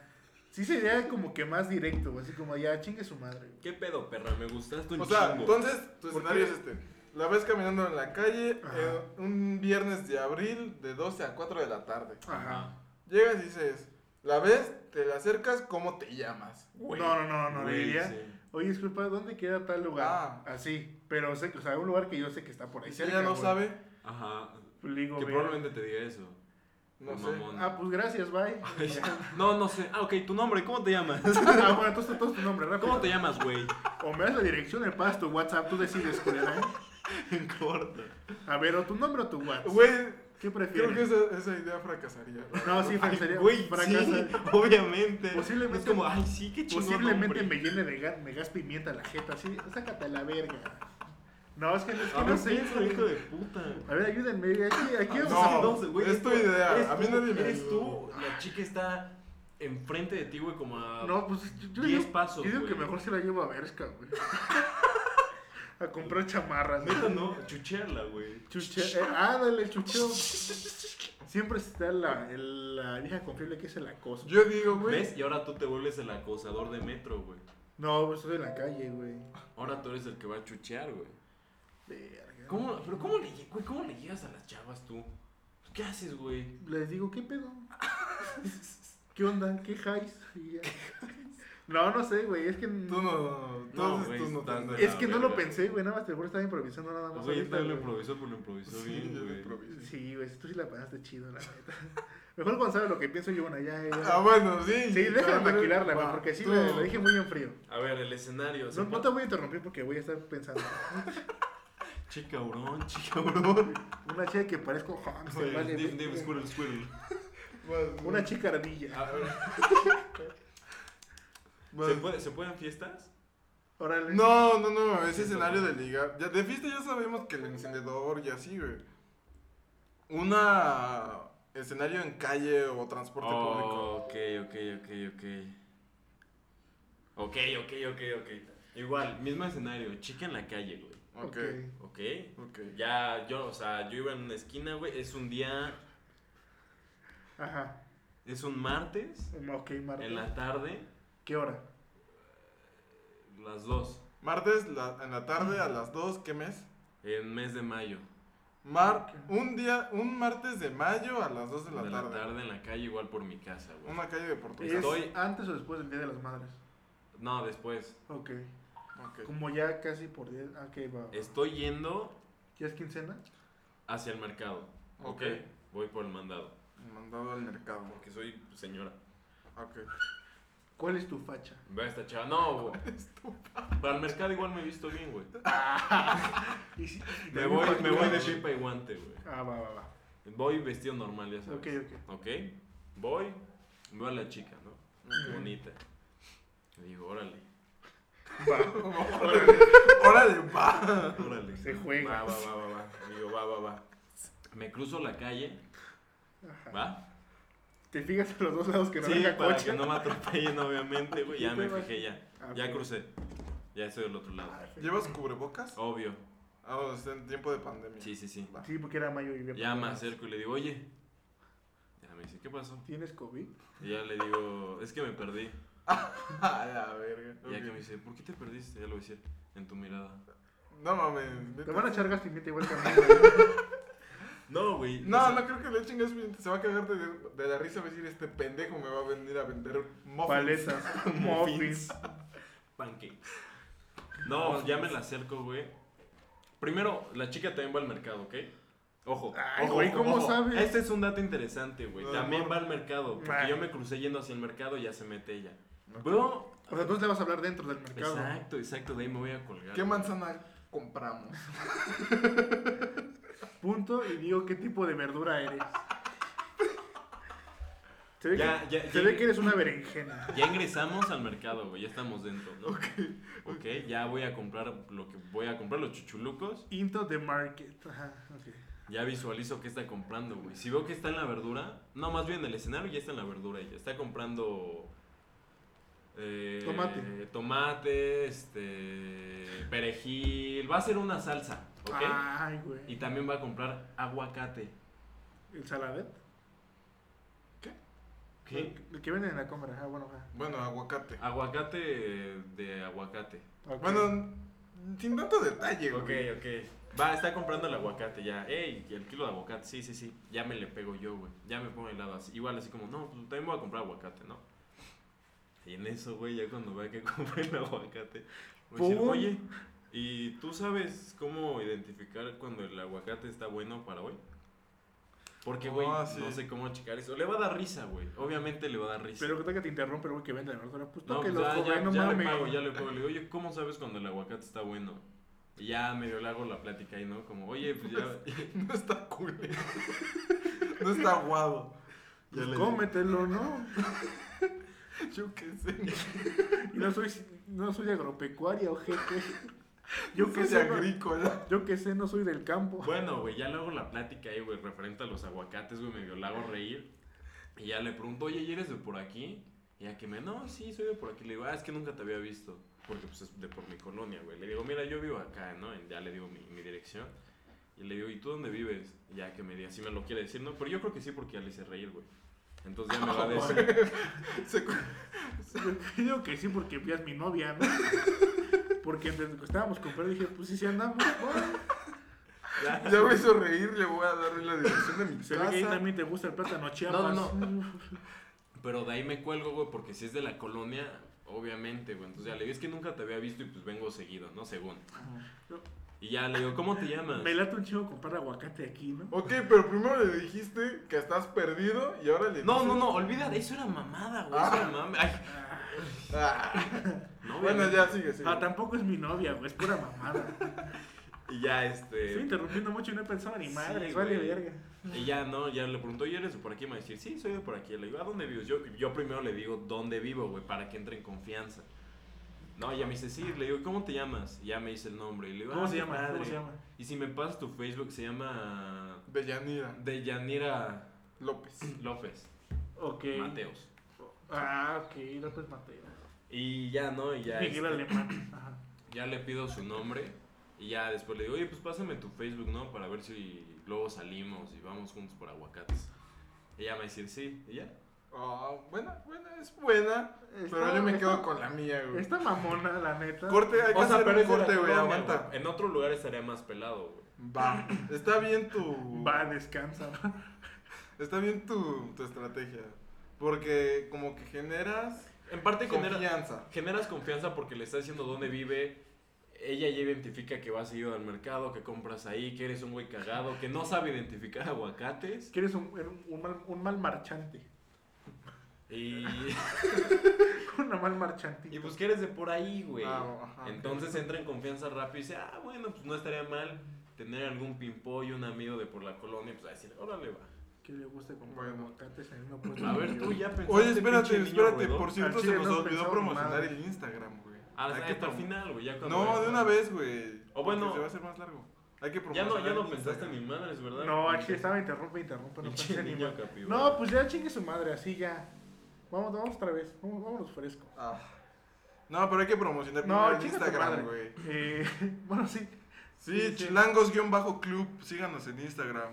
Speaker 3: Sí sería como que más directo, güey, así como ya chingue su madre, güey.
Speaker 1: ¿Qué pedo, perra? Me gustaste un
Speaker 2: O sea,
Speaker 1: chingo.
Speaker 2: entonces tu
Speaker 3: ¿Por
Speaker 2: escenario
Speaker 3: qué?
Speaker 2: es este. La ves caminando en la calle
Speaker 3: Ajá.
Speaker 2: eh, un viernes de abril de 12 a 4 de la tarde.
Speaker 3: Ajá.
Speaker 2: Llegas y dices, la ves, te la acercas, ¿cómo te llamas?
Speaker 3: No,
Speaker 1: Güey.
Speaker 3: no, no, no, le
Speaker 1: Güey,
Speaker 3: diría...
Speaker 1: sí.
Speaker 3: Oye, disculpa, ¿dónde queda tal lugar?
Speaker 2: Ah.
Speaker 3: Así, pero sé que, o sea, un lugar que yo sé que está por ahí.
Speaker 2: Y si ella no
Speaker 3: güey.
Speaker 2: sabe,
Speaker 1: Ajá.
Speaker 3: Pues le digo,
Speaker 1: Que
Speaker 3: "Mira".
Speaker 1: probablemente te diga eso.
Speaker 2: no
Speaker 1: Por
Speaker 2: sé.
Speaker 1: mamón.
Speaker 3: Ah, pues gracias, bye.
Speaker 1: Ay, No, no sé. Ah, ok, tu nombre, ¿cómo te llamas?
Speaker 3: ah, bueno, entonces todo tu nombre, rápido.
Speaker 1: ¿Cómo te llamas, güey?
Speaker 3: O me das la dirección, me pasas tu WhatsApp, tú decides, culera. ¿eh?
Speaker 4: En corto.
Speaker 3: A ver, o tu nombre o tu WhatsApp.
Speaker 2: Güey,
Speaker 3: ¿Qué
Speaker 2: creo que
Speaker 3: prefieres?
Speaker 2: esa, esa idea fracasaría. la
Speaker 3: No,
Speaker 2: verdad.
Speaker 3: sí, fracasaría.
Speaker 4: Güey, sí,
Speaker 3: fracasa.
Speaker 4: obviamente.
Speaker 3: Posiblemente-
Speaker 4: Es como, ay, sí, qué chingón
Speaker 3: Posiblemente
Speaker 4: nombre.
Speaker 3: me llene de gas, me gas pimienta la jeta, así, sácate a la verga. No, es que, es que
Speaker 4: A
Speaker 3: no
Speaker 4: ver,
Speaker 3: sé.
Speaker 4: piensa,
Speaker 3: güey.
Speaker 4: hijo de puta.
Speaker 3: A ver, ayúdenme, aquí, aquí
Speaker 4: Ah,
Speaker 3: vamos
Speaker 2: No,
Speaker 3: a-
Speaker 4: entonces, güey,
Speaker 2: es
Speaker 4: eres
Speaker 2: tu
Speaker 4: tú-
Speaker 2: idea,
Speaker 4: eres
Speaker 2: a mí
Speaker 4: tú,
Speaker 2: nadie me
Speaker 4: Eres
Speaker 2: ayudó.
Speaker 4: tú, la chica está
Speaker 1: enfrente de ti, güey, como a.
Speaker 3: No, pues yo, yo
Speaker 1: 10
Speaker 3: digo-
Speaker 1: Ah, pasos,
Speaker 3: Yo digo que
Speaker 1: güey.
Speaker 3: mejor se la llevo a Berska, güey. a comprar chamarras.
Speaker 1: Neta, no, chuchearla, güey.
Speaker 3: Chuche, eh, ah, dale, chucheo. Siempre está la, el- la vieja confiable que es el acoso.
Speaker 2: Yo digo, güey.
Speaker 1: ¿Ves? Y ahora tú te vuelves el acosador de metro, güey.
Speaker 3: No, pues, estoy en la calle, güey.
Speaker 1: Ahora tú eres el que va a chuchear, güey.
Speaker 3: Verga.
Speaker 1: ¿Cómo, pero cómo le, lle- güey, ¿cómo le llegas a las chavas tú? ¿Qué haces, güey?
Speaker 3: Les digo, ¿qué pedo? ¿Qué onda? ¿Qué highs? Y ya. No, no sé, güey. Es que,
Speaker 2: Tú no.
Speaker 1: No,
Speaker 2: Entonces
Speaker 1: güey,
Speaker 2: tú no
Speaker 1: estás
Speaker 2: tendrás.
Speaker 1: de
Speaker 3: es que no
Speaker 1: verga.
Speaker 3: lo pensé, güey. Nada más te juro, estaba improvisando nada más.
Speaker 1: Güey,
Speaker 3: ahorita,
Speaker 1: tal lo
Speaker 3: güey.
Speaker 1: improvisó, pues lo improvisó
Speaker 2: Sí,
Speaker 1: bien,
Speaker 2: yo de
Speaker 1: güey.
Speaker 2: improviso.
Speaker 3: Sí, güey, tú sí la pasaste chido, la neta. Mejor cuando sabes lo que pienso yo, bueno, ya, ya.
Speaker 2: Ah, bueno, sí.
Speaker 3: Sí, déjame
Speaker 2: claro,
Speaker 3: maquilarla, güey,
Speaker 2: va,
Speaker 3: porque sí
Speaker 2: tú.
Speaker 3: le, le dije muy en frío.
Speaker 1: A ver, el escenario.
Speaker 3: No,
Speaker 1: se
Speaker 3: no te voy a interrumpir porque voy a estar pensando.
Speaker 1: Chicaurón, chica.
Speaker 2: Cabrón.
Speaker 3: Una chica que parezco hamster, vale,
Speaker 1: Dave,
Speaker 3: verga.
Speaker 1: Dave, squirrel, squirrel.
Speaker 2: Vas,
Speaker 3: Una
Speaker 2: vas,
Speaker 3: chica ardilla.
Speaker 1: A ver, ¿se, puede, ¿Se pueden fiestas?
Speaker 3: Órale.
Speaker 2: No, no, no, ese escenario de liga. Ya, de fiesta ya sabemos que el encendedor y así, güey. Una escenario en calle o transporte público.
Speaker 1: Oh, ok, ok, ok, ok. Ok, ok, ok, ok. Igual, mismo escenario. Chica en la calle, güey.
Speaker 2: Ok.
Speaker 3: Ok.
Speaker 1: Ok.
Speaker 2: Ok.
Speaker 1: Ya, yo, o sea, yo iba en una esquina, güey. Es un día,
Speaker 3: Ajá.
Speaker 1: es un martes,
Speaker 3: Ok, Marta.
Speaker 1: en la tarde,
Speaker 3: ¿Qué hora?
Speaker 1: las 2,
Speaker 2: Martes la- en la tarde a las 2, ¿qué mes?
Speaker 1: en mes de mayo.
Speaker 2: Mar, un día, un martes de mayo a las 2 de
Speaker 1: De
Speaker 2: la tarde.
Speaker 1: en la calle, igual por mi casa, güey.
Speaker 2: Una calle de
Speaker 3: ¿Es
Speaker 2: Portugal.
Speaker 1: Pues Estoy-
Speaker 3: antes o después del Día de las Madres?
Speaker 1: No, después.
Speaker 3: Ok.
Speaker 2: Ok.
Speaker 3: Como ya casi por 10. Ok, va.
Speaker 1: Estoy yendo
Speaker 3: ¿Ya es quincena?
Speaker 1: hacia el mercado, ok.
Speaker 2: Ok.
Speaker 1: Voy por el mandado,
Speaker 2: Mandado al mercado.
Speaker 1: porque soy señora.
Speaker 2: Ok.
Speaker 3: ¿Cuál es tu facha?
Speaker 1: Veo a esta chava. No, güey. Para el mercado igual me he visto bien, güey.
Speaker 3: Y si-
Speaker 1: Me voy, me voy de pipa y guante, güey.
Speaker 3: Ah, va, va, va.
Speaker 1: Voy vestido normal, ya sabes.
Speaker 3: Ok, ok.
Speaker 1: Ok, voy, veo a la chica, ¿no? Bonita. Le digo, órale,
Speaker 3: Va.
Speaker 2: Órale, va.
Speaker 1: órale.
Speaker 3: Se
Speaker 1: Va,
Speaker 3: juega.
Speaker 1: va, va, va, va. Digo, va, va, va. Me cruzo la calle,
Speaker 3: Ajá.
Speaker 1: ¿va?
Speaker 3: ¿Te fijas a los dos lados Ah, que no
Speaker 1: sí,
Speaker 3: venga
Speaker 1: para
Speaker 3: coche?
Speaker 1: que no me atropellen, obviamente, güey. Ya me
Speaker 3: Te vas-
Speaker 1: fijé, ya.
Speaker 3: Ah,
Speaker 1: Ya
Speaker 3: ok.
Speaker 1: crucé. Ya estoy del otro lado.
Speaker 3: Ah,
Speaker 2: ¿Llevas cubrebocas?
Speaker 1: Obvio.
Speaker 2: Ah, o sea, en tiempo de pandemia.
Speaker 1: Sí, sí, sí.
Speaker 2: Va.
Speaker 3: Sí, porque era mayo y había
Speaker 1: Ya me
Speaker 3: problemas.
Speaker 1: acerco y le digo, oye. Ya me dice, ¿qué pasó?
Speaker 3: ¿Tienes COVID?
Speaker 1: Y ya le digo, es que me perdí.
Speaker 2: A la verga.
Speaker 1: Y ya que
Speaker 2: Ok.
Speaker 1: me dice, ¿por qué te perdiste? Ya lo voy a decir, en tu mirada.
Speaker 2: No mames.
Speaker 3: Te
Speaker 2: neta.
Speaker 3: van a echar gas pimienta igual que a mí, güey.
Speaker 1: No, güey.
Speaker 2: No, no creo que le echen gas pimienta. Se va a cagar de, de la risa. Va a decir: Este pendejo me va a venir a vender muffins.
Speaker 3: Paletas, muffins.
Speaker 1: Pancakes. No, ya me la acerco, güey. Primero, la chica también va al mercado, ¿ok? Ojo.
Speaker 3: Ay,
Speaker 1: ojo,
Speaker 3: güey, ¿cómo
Speaker 1: ojo.
Speaker 3: sabes?
Speaker 1: Este es un dato interesante, güey.
Speaker 2: Ah,
Speaker 1: También
Speaker 2: amor.
Speaker 1: va al mercado. Porque
Speaker 3: Ah.
Speaker 1: yo me crucé yendo hacia el mercado y ya se mete ella.
Speaker 2: Ok.
Speaker 1: Bro,
Speaker 3: O sea, tú le vas a hablar dentro del mercado.
Speaker 1: exacto, exacto. De ahí me voy a colgar.
Speaker 2: ¿Qué manzana compramos?
Speaker 3: Punto y digo qué tipo de verdura eres. Se ve,
Speaker 1: Ya,
Speaker 3: que,
Speaker 1: ya,
Speaker 3: se
Speaker 1: ya-
Speaker 3: ve que eres una berenjena.
Speaker 1: Ya ingresamos al mercado, güey. Ya estamos dentro, ¿no? Ok. ya voy a comprar lo que voy a comprar, los chuchulucos.
Speaker 3: Into the market. Ajá, ok.
Speaker 1: Ya visualizo qué está comprando, güey. Si veo que está en la verdura, no, más bien en el escenario ya está en la verdura ella. Está comprando. eh,
Speaker 3: Tomate.
Speaker 1: Tomate, este. Perejil. Va a ser una salsa, ¿ok?
Speaker 3: Ay,
Speaker 1: Y
Speaker 3: güey.
Speaker 1: también va a comprar aguacate.
Speaker 3: ¿El saladet?
Speaker 1: ¿Qué?
Speaker 3: El que venden en la compra. Ah, bueno, ajá.
Speaker 2: Bueno, aguacate.
Speaker 1: Aguacate de aguacate.
Speaker 3: Ok.
Speaker 2: Bueno, sin tanto detalle,
Speaker 1: Ok,
Speaker 2: güey.
Speaker 1: ok. Va, está comprando el aguacate ya. Ey, el kilo de aguacate. Sí, sí, sí. Ya me le pego yo, güey. Ya me pongo helado así. Igual así como, no, pues también voy a comprar aguacate, ¿no? Y en eso, güey, ya cuando vea que compré el aguacate, voy a decir,
Speaker 3: ¡Pum!
Speaker 1: oye, ¿y tú sabes cómo identificar cuando el aguacate está bueno para hoy? Porque, güey,
Speaker 2: Ah, sí.
Speaker 1: no sé cómo checar eso. Le va a dar risa, güey. Obviamente le va a dar risa.
Speaker 3: Pero que tal que te interrumpe el güey que vende la verdura. Pues
Speaker 1: No, pues
Speaker 3: tóquelo,
Speaker 1: ya,
Speaker 3: joven,
Speaker 1: ya-
Speaker 3: no
Speaker 1: ya le
Speaker 3: mames.
Speaker 1: pago, ya le pago. Le digo, oye, ¿cómo sabes cuando el aguacate está bueno? Y ya medio le hago la plática ahí, ¿no? Como, oye, pues ya.
Speaker 2: No está cool. no está aguado.
Speaker 3: Pues
Speaker 1: Ya le-
Speaker 3: cómetelo, ¿no?
Speaker 2: Yo qué sé.
Speaker 3: Y no soy, no soy agropecuaria, ojete.
Speaker 2: Yo
Speaker 3: Yo
Speaker 2: soy
Speaker 3: que sé, no-
Speaker 2: agrícola.
Speaker 3: yo que sé, no soy del campo.
Speaker 1: Bueno, güey, ya le hago la plática ahí, güey, referente a los aguacates, güey, medio le hago reír. Y ya le pregunto, oye, ¿y eres de por aquí? Y ya que me, no, sí, soy de por aquí. Le digo, ah, es que nunca te había visto. Porque pues es de por mi colonia, güey. Le digo, mira, yo vivo acá, ¿no? Y ya le digo mi, mi dirección. Y le digo, ¿y tú dónde vives? Y ya que me diga, si me lo quiere decir, no. Pero yo creo que sí, porque ya le hice reír, güey. Entonces ya me va a decir.
Speaker 2: Se cu-
Speaker 3: Yo digo que sí, porque ya es mi novia, ¿no? Porque desde que estábamos comprando dije, pues sí, sí andamos. ¿no?
Speaker 2: Ya me hizo reír, le voy a dar la dirección de mi
Speaker 3: Se ve que ahí
Speaker 2: casa.
Speaker 3: también te gusta el plátano
Speaker 1: No,
Speaker 3: chiapas.
Speaker 1: no, Pero de ahí me cuelgo, güey, porque si es de la colonia, obviamente, güey. Entonces ya le digo, es que nunca te había visto y pues vengo seguido, ¿no? Según. Y ya le digo, ¿cómo te llamas?
Speaker 3: Me late un chico comprar aguacate aquí, ¿no?
Speaker 1: Oh,
Speaker 2: Ok, pero primero le dijiste que estás perdido y ahora le
Speaker 1: No,
Speaker 2: dices-
Speaker 1: no, no, olvida, eso era mamada, güey. Eso
Speaker 2: Ah.
Speaker 1: era mamada. Ay,
Speaker 2: Ah,
Speaker 1: no,
Speaker 2: bueno,
Speaker 1: obviamente.
Speaker 2: ya sigue, sigue.
Speaker 3: Ah, tampoco es mi novia, güey, es pura mamada.
Speaker 1: Y ya, este.
Speaker 3: Estoy interrumpiendo mucho y no he pensado ni
Speaker 1: Sí,
Speaker 3: madre, vale
Speaker 1: güey.
Speaker 3: verga.
Speaker 1: Y ya, no, ya le pregunto, ¿y eres de por aquí? Y Me va a decir, sí, soy de por aquí. Le digo, ¿a dónde vives? Yo, yo primero le digo, ¿dónde vivo, güey? Para que entre en confianza. No, y ya me dice, sí. Le digo, ¿cómo te llamas? Y ya me dice el nombre. Y le digo,
Speaker 3: ¿Cómo
Speaker 1: "Ah,
Speaker 3: se
Speaker 1: qué
Speaker 3: llama? ¿Cómo
Speaker 1: padre".
Speaker 3: se llama?
Speaker 1: Y si me pasas tu Facebook, se llama.
Speaker 2: Deyanira
Speaker 1: Deyanira
Speaker 2: López.
Speaker 1: López
Speaker 3: Ok.
Speaker 1: Mateos.
Speaker 3: Ah, ok, López Mateo.
Speaker 1: Y ya, ¿no? Y ya.
Speaker 3: Miguel
Speaker 1: este,
Speaker 3: Alemán. Ajá.
Speaker 1: ya le pido su nombre y ya después le digo, oye, pues pásame tu Facebook, ¿no? Para ver si luego salimos y vamos juntos por aguacates. Ella me va a decir, sí, y ya.
Speaker 2: Ah, buena, buena, es buena. Pero
Speaker 3: Está-
Speaker 2: yo me
Speaker 3: está-
Speaker 2: quedo con la mía, güey.
Speaker 3: Esta mamona, la neta.
Speaker 2: Corte, hay que hacer un
Speaker 1: es de la
Speaker 2: corte, güey,
Speaker 1: colonia,
Speaker 2: aguanta.
Speaker 1: güey. En otro lugar estaría más pelado, güey.
Speaker 2: Va, está bien tu...
Speaker 3: Va, descansa.
Speaker 2: Está bien tu, tu estrategia. Porque como que generas
Speaker 1: En parte genera-
Speaker 2: confianza.
Speaker 1: generas confianza porque le está diciendo dónde vive. Ella ya identifica que vas seguido al mercado, que compras ahí, que eres un güey cagado, que no sabe identificar aguacates.
Speaker 3: Que eres un, un- un mal, un mal marchante.
Speaker 1: Y,
Speaker 3: Una mal marchantita.
Speaker 1: y pues que eres de por ahí, güey.
Speaker 2: Ah, ajá.
Speaker 1: Entonces entra en confianza rápido y dice, ah, bueno, pues no estaría mal tener algún pimpollo, un amigo de por la colonia, pues a decir, órale, va.
Speaker 3: Que le guste comprar
Speaker 2: Bueno.
Speaker 3: aguacates en una puesta.
Speaker 1: A ver, tú ya pensaste.
Speaker 2: Oye, espérate,
Speaker 1: pinche niño
Speaker 2: espérate.
Speaker 1: roedor.
Speaker 2: Por cierto,
Speaker 3: Al
Speaker 2: se
Speaker 3: chile
Speaker 2: nos
Speaker 3: no
Speaker 2: olvidó
Speaker 3: pensaba
Speaker 2: promocionar
Speaker 3: nada.
Speaker 2: el Instagram, güey.
Speaker 1: Ah,
Speaker 2: Hay que
Speaker 1: Hasta el
Speaker 2: prom-
Speaker 1: final, güey, ya cuando.
Speaker 2: No, de una vez, güey.
Speaker 1: O bueno.
Speaker 2: porque Se va a hacer más largo. Hay que
Speaker 1: Ya no,
Speaker 2: promocionar
Speaker 1: ya
Speaker 2: el
Speaker 1: no pensaste
Speaker 2: Instagram.
Speaker 1: ni madres, ¿verdad?
Speaker 3: No, aquí estaba, interrumpe, interrumpe. No
Speaker 1: Pinche
Speaker 3: pensé ni
Speaker 1: niño
Speaker 3: mal.
Speaker 1: capibara.
Speaker 3: No, pues ya chingue su madre, así ya. Vamos, vamos otra vez. Vamos, vámonos fresco.
Speaker 2: Ah. No, pero hay que promocionar
Speaker 3: No,
Speaker 2: primero el
Speaker 3: chinga tu madre.
Speaker 2: Instagram, güey.
Speaker 3: Eh, bueno, sí.
Speaker 2: Sí,
Speaker 3: Sí, sí.
Speaker 2: chilangos-club, síganos en Instagram.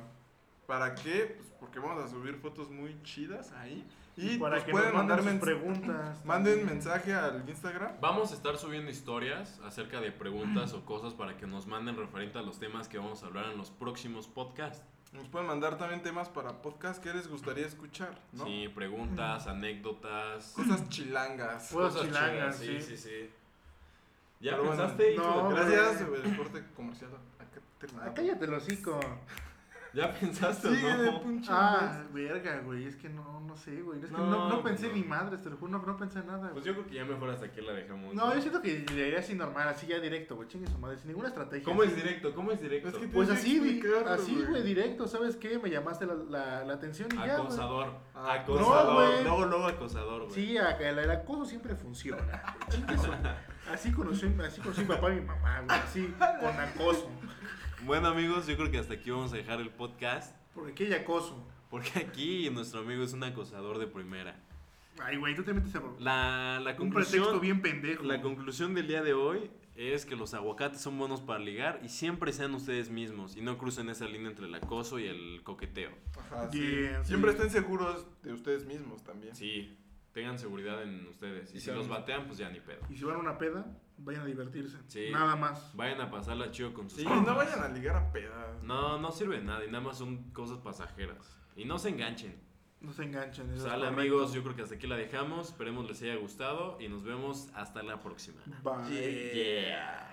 Speaker 2: ¿Para qué? Pues porque vamos a subir fotos muy chidas ahí. Y
Speaker 1: pues
Speaker 3: para
Speaker 2: nos
Speaker 3: que
Speaker 2: pueden
Speaker 3: nos manden
Speaker 2: mandar
Speaker 3: sus
Speaker 2: mens-
Speaker 3: preguntas.
Speaker 2: manden mensaje al Instagram.
Speaker 1: Vamos a estar subiendo historias acerca de preguntas o cosas para que nos manden referente a los temas que vamos a hablar en los próximos podcasts.
Speaker 2: Nos pueden mandar también temas para podcast que les gustaría escuchar, ¿no?
Speaker 1: Sí, preguntas, anécdotas.
Speaker 2: Cosas chilangas.
Speaker 3: Bueno,
Speaker 1: cosas
Speaker 3: chilangas,
Speaker 1: chidas, sí,
Speaker 3: sí.
Speaker 1: sí, sí, ¿Ya
Speaker 2: Pero bueno,
Speaker 1: pensaste, hijo
Speaker 3: no,
Speaker 1: de-
Speaker 2: Gracias, el corte comercial. Acá
Speaker 3: Ah,
Speaker 2: terminamos.
Speaker 3: cállate el hocico.
Speaker 1: ¿Ya pensaste o
Speaker 2: Sigue de
Speaker 1: no?
Speaker 2: pinche
Speaker 3: Ah, verga, güey. Es que no, no sé, güey. Es que no, no,
Speaker 1: No,
Speaker 3: pensé
Speaker 1: no.
Speaker 3: ni madres, te lo juro, no, no pensé nada. güey.
Speaker 1: Pues yo creo que ya mejor hasta aquí la dejamos.
Speaker 3: no, yo siento que le haría así normal, así ya directo, güey. Chingue su madre, sin ninguna estrategia.
Speaker 1: ¿Cómo
Speaker 3: Así.
Speaker 1: es directo? ¿Cómo es directo?
Speaker 2: Es que
Speaker 3: Pues
Speaker 2: Tienes que
Speaker 3: así, di-
Speaker 2: explicarlo,
Speaker 3: así,
Speaker 2: güey.
Speaker 3: güey, directo. ¿Sabes qué? Me llamaste la, la, la atención y ya, güey.
Speaker 1: Acosador.
Speaker 2: Ah,
Speaker 3: no,
Speaker 1: acosador.
Speaker 3: güey.
Speaker 1: luego, luego acosador, güey.
Speaker 3: Sí, a- el, el acoso siempre funciona. Chingue su- así conocí, así conocí a mi papá y mi mamá, güey. Así, con acoso.
Speaker 1: Bueno, amigos, yo creo que hasta aquí vamos a dejar el podcast.
Speaker 3: Porque aquí hay acoso.
Speaker 1: Porque aquí nuestro amigo es un acosador de primera.
Speaker 3: Ay, güey, tú te metes a... Un
Speaker 1: La, la
Speaker 3: pretexto
Speaker 1: conclusión.
Speaker 3: bien pendejo.
Speaker 1: La conclusión del día de hoy es que los aguacates son buenos para ligar y siempre sean ustedes mismos y no crucen esa línea entre el acoso y el coqueteo.
Speaker 2: Ajá, sí.
Speaker 3: Bien, sí.
Speaker 2: Siempre estén seguros de ustedes mismos también.
Speaker 1: Sí, tengan seguridad en ustedes. Y
Speaker 2: Y
Speaker 1: si
Speaker 2: sean-
Speaker 1: los batean, pues ya ni pedo.
Speaker 3: Y si van a una peda, vayan a divertirse.
Speaker 1: Sí.
Speaker 3: Nada más.
Speaker 1: Vayan a pasarla chido con sus
Speaker 2: Sí,
Speaker 1: compas.
Speaker 2: no vayan a ligar a pedas.
Speaker 1: No, no sirve de nada y nada más son cosas pasajeras. Y no se enganchen.
Speaker 3: No se enganchan. eso es
Speaker 1: Sal
Speaker 3: correcto.
Speaker 1: amigos, yo creo que hasta aquí la dejamos. Esperemos les haya gustado y nos vemos hasta la próxima.
Speaker 3: Bye.
Speaker 1: Yeah.